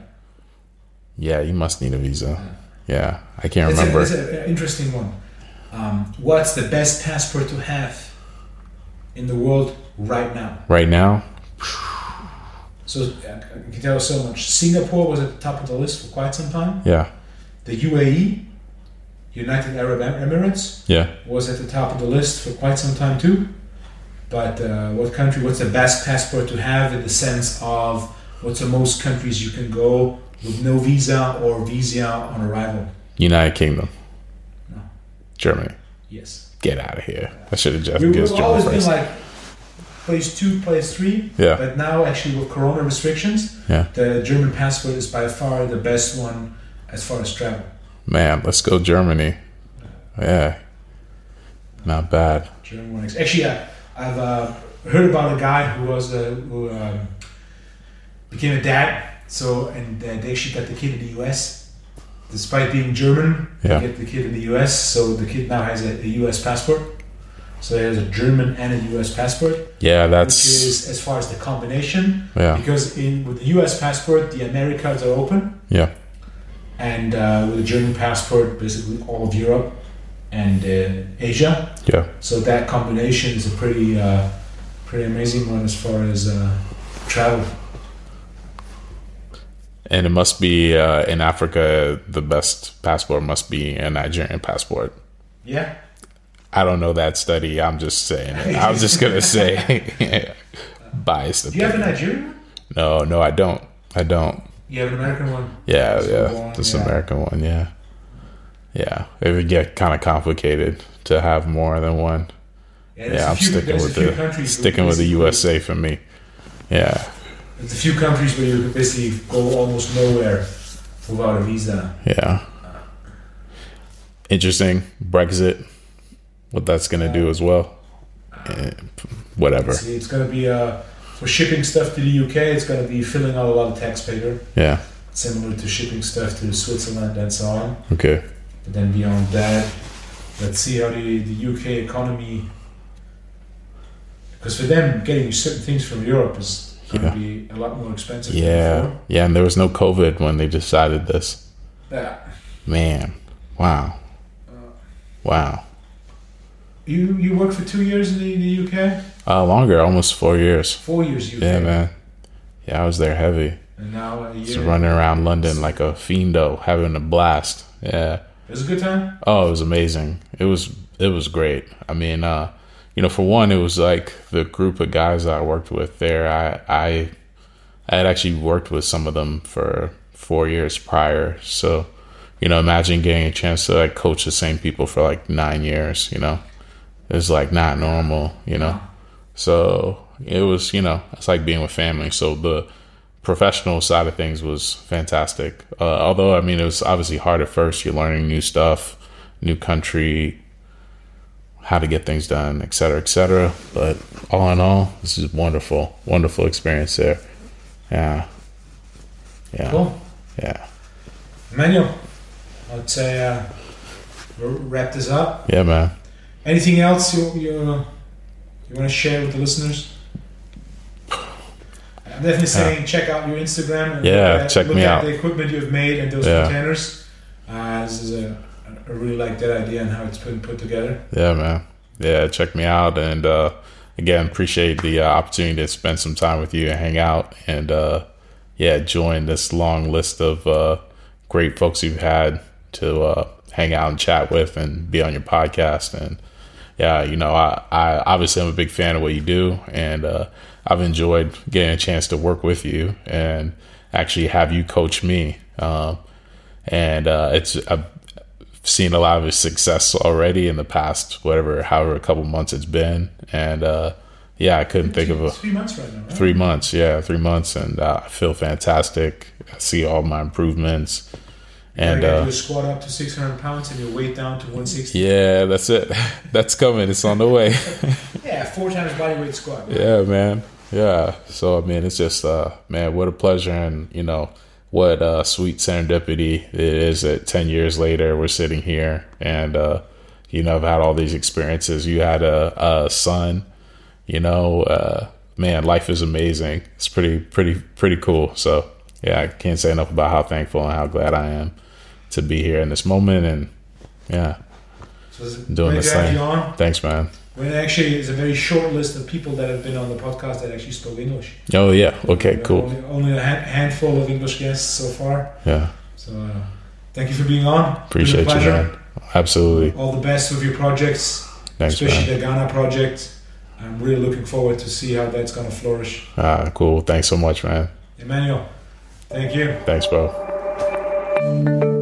Speaker 1: Yeah, you must need a visa. Yeah. I can't
Speaker 2: It's, a,
Speaker 1: remember.
Speaker 2: it's a- an interesting one. Um, what's the best passport to have in the world right now?
Speaker 1: Right now?
Speaker 2: So uh, I can tell you so much. Singapore was at the top of the list for quite some time.
Speaker 1: Yeah.
Speaker 2: The UAE, United Arab Em- Emirates,
Speaker 1: Yeah.
Speaker 2: was at the top of the list for quite some time too. But uh, what country? What's the best passport to have in the sense of what's the most countries you can go with no visa or visa on arrival?
Speaker 1: United Kingdom.
Speaker 2: No.
Speaker 1: Germany.
Speaker 2: Yes.
Speaker 1: Get out of here. I should have just
Speaker 2: We,
Speaker 1: guessed
Speaker 2: we've
Speaker 1: Germany
Speaker 2: always been
Speaker 1: first.
Speaker 2: like place two, place three.
Speaker 1: yeah.
Speaker 2: But now, actually, with corona restrictions,
Speaker 1: Yeah.
Speaker 2: the German passport is by far the best one as far as travel.
Speaker 1: Man, let's go Germany. Yeah. Not bad.
Speaker 2: German one. Actually, I, I've uh, heard about a guy who was uh, who um, became a dad. So and uh, they actually got the kid in the U.S. Despite being German,
Speaker 1: Yeah.
Speaker 2: they get the kid in the U.S. So the kid now has a, a U.S. passport. So he has a German and a U.S. passport,
Speaker 1: Yeah,
Speaker 2: which
Speaker 1: that's
Speaker 2: is as far as the combination.
Speaker 1: yeah.
Speaker 2: Because in with the U.S. passport, the Americas are open.
Speaker 1: Yeah.
Speaker 2: And uh, with the German passport, basically all of Europe and uh, Asia.
Speaker 1: Yeah.
Speaker 2: So that combination is a pretty, uh, pretty amazing one as far as uh, travel.
Speaker 1: And it must be uh, in Africa the best passport must be a Nigerian passport.
Speaker 2: Yeah.
Speaker 1: I don't know that study. I'm just saying it. I was just
Speaker 2: *laughs*
Speaker 1: gonna say *laughs* biased.
Speaker 2: Do you have a
Speaker 1: opinion.
Speaker 2: Nigerian one?
Speaker 1: No, no, I don't. I don't.
Speaker 2: You have an American one.
Speaker 1: Yeah,
Speaker 2: This
Speaker 1: yeah.
Speaker 2: one,
Speaker 1: this
Speaker 2: yeah.
Speaker 1: American one, yeah. Yeah. It would get kind of complicated to have more than one.
Speaker 2: there's
Speaker 1: yeah,
Speaker 2: a
Speaker 1: I'm
Speaker 2: few-
Speaker 1: sticking
Speaker 2: there's a
Speaker 1: with
Speaker 2: few
Speaker 1: the
Speaker 2: countries where
Speaker 1: sticking with the
Speaker 2: basically-
Speaker 1: USA for me. Yeah.
Speaker 2: There's a few countries where you could basically go almost nowhere without a visa.
Speaker 1: Yeah. Interesting Brexit. What that's going to do as well. Eh, whatever.
Speaker 2: See, it's going to be uh, for shipping stuff to the UK. It's going to be filling out a lot of taxpayer,
Speaker 1: Yeah.
Speaker 2: similar to shipping stuff to Switzerland and so on.
Speaker 1: Okay.
Speaker 2: But then beyond that, let's see how the, the UK economy. Because for them, getting certain things from Europe is going to
Speaker 1: Yeah.
Speaker 2: be a lot more expensive. than
Speaker 1: Yeah.
Speaker 2: before.
Speaker 1: Yeah, and there was no COVID when they decided this.
Speaker 2: Yeah. Uh,
Speaker 1: Man. Wow. Wow.
Speaker 2: You you worked for two years in the, the UK,
Speaker 1: Uh longer, almost 4 years.
Speaker 2: four years UK,
Speaker 1: Yeah, man. Yeah, I was there heavy.
Speaker 2: and now a
Speaker 1: Just
Speaker 2: year.
Speaker 1: running around London like a fiendo, having a blast. Yeah.
Speaker 2: It was a good time.
Speaker 1: Oh, it was amazing. It was it was great. I mean, uh, you know, for one, it was like the group of guys that I worked with there. I I I had actually worked with some of them for four years prior. So, you know, imagine getting a chance to like coach the same people for like nine years, you know, it's like not normal, you know. So it was, you know, it's like being with family. So the professional side of things was fantastic. Uh, although, I mean, it was obviously hard at first. You're learning new stuff, new country, how to get things done, et cetera, et cetera. But all in all, this is wonderful, wonderful experience there. Yeah. Yeah.
Speaker 2: Cool.
Speaker 1: Yeah.
Speaker 2: Emmanuel, let's say uh, we'll wrap this up.
Speaker 1: Yeah, man.
Speaker 2: Anything else you you, you want to share with the listeners? I'm definitely saying check out your Instagram. And
Speaker 1: Yeah,
Speaker 2: look at-
Speaker 1: check
Speaker 2: look
Speaker 1: me
Speaker 2: at
Speaker 1: out.
Speaker 2: The equipment you've made and those
Speaker 1: Yeah.
Speaker 2: containers. Uh, this is a I really like that idea and how it's been put together.
Speaker 1: Yeah, man. Yeah, check me out. And uh, again, appreciate the uh, opportunity to spend some time with you and hang out and, uh, yeah, join this long list of uh, great folks you've had to uh, hang out and chat with and be on your podcast. And yeah, you know, I, I obviously I'm a big fan of what you do, and uh, I've enjoyed getting a chance to work with you and actually have you coach me. Um, and uh, it's I've seen a lot of his success already in the past, whatever, however, a couple months it's been, and uh, yeah, I couldn't think of a
Speaker 2: three months right now. Right?
Speaker 1: three months yeah three months and uh, i feel fantastic i see all my improvements and
Speaker 2: you gotta
Speaker 1: uh,
Speaker 2: do a squat up to 600 pounds and your weight down to 160.
Speaker 1: yeah that's it *laughs* that's coming it's on the way
Speaker 2: Yeah, four times body weight squat.
Speaker 1: yeah man yeah so i mean it's just uh man what a pleasure and you know what uh sweet serendipity it is that 10 years later we're sitting here and uh you know i've had all these experiences you had a, a son you know uh man life is amazing it's pretty pretty pretty cool so yeah i can't say enough about how thankful and how glad i am to be here in this moment and yeah
Speaker 2: So it's
Speaker 1: Doing
Speaker 2: great
Speaker 1: this
Speaker 2: to have
Speaker 1: thing.
Speaker 2: you on.
Speaker 1: thanks man
Speaker 2: Well, actually, it's a very short list of people that have been on the podcast that actually spoke English.
Speaker 1: oh yeah okay
Speaker 2: There are
Speaker 1: cool
Speaker 2: Only, only a ha- handful of English guests so far.
Speaker 1: yeah
Speaker 2: So uh, thank you for being on. It's been a
Speaker 1: appreciate you
Speaker 2: pleasure.
Speaker 1: man absolutely
Speaker 2: All the best with your projects,
Speaker 1: thanks man
Speaker 2: especially the Ghana project. I'm really looking forward to see how that's going to flourish.
Speaker 1: Ah, cool. Thanks so much, man.
Speaker 2: Emmanuel, thank you.
Speaker 1: Thanks, bro.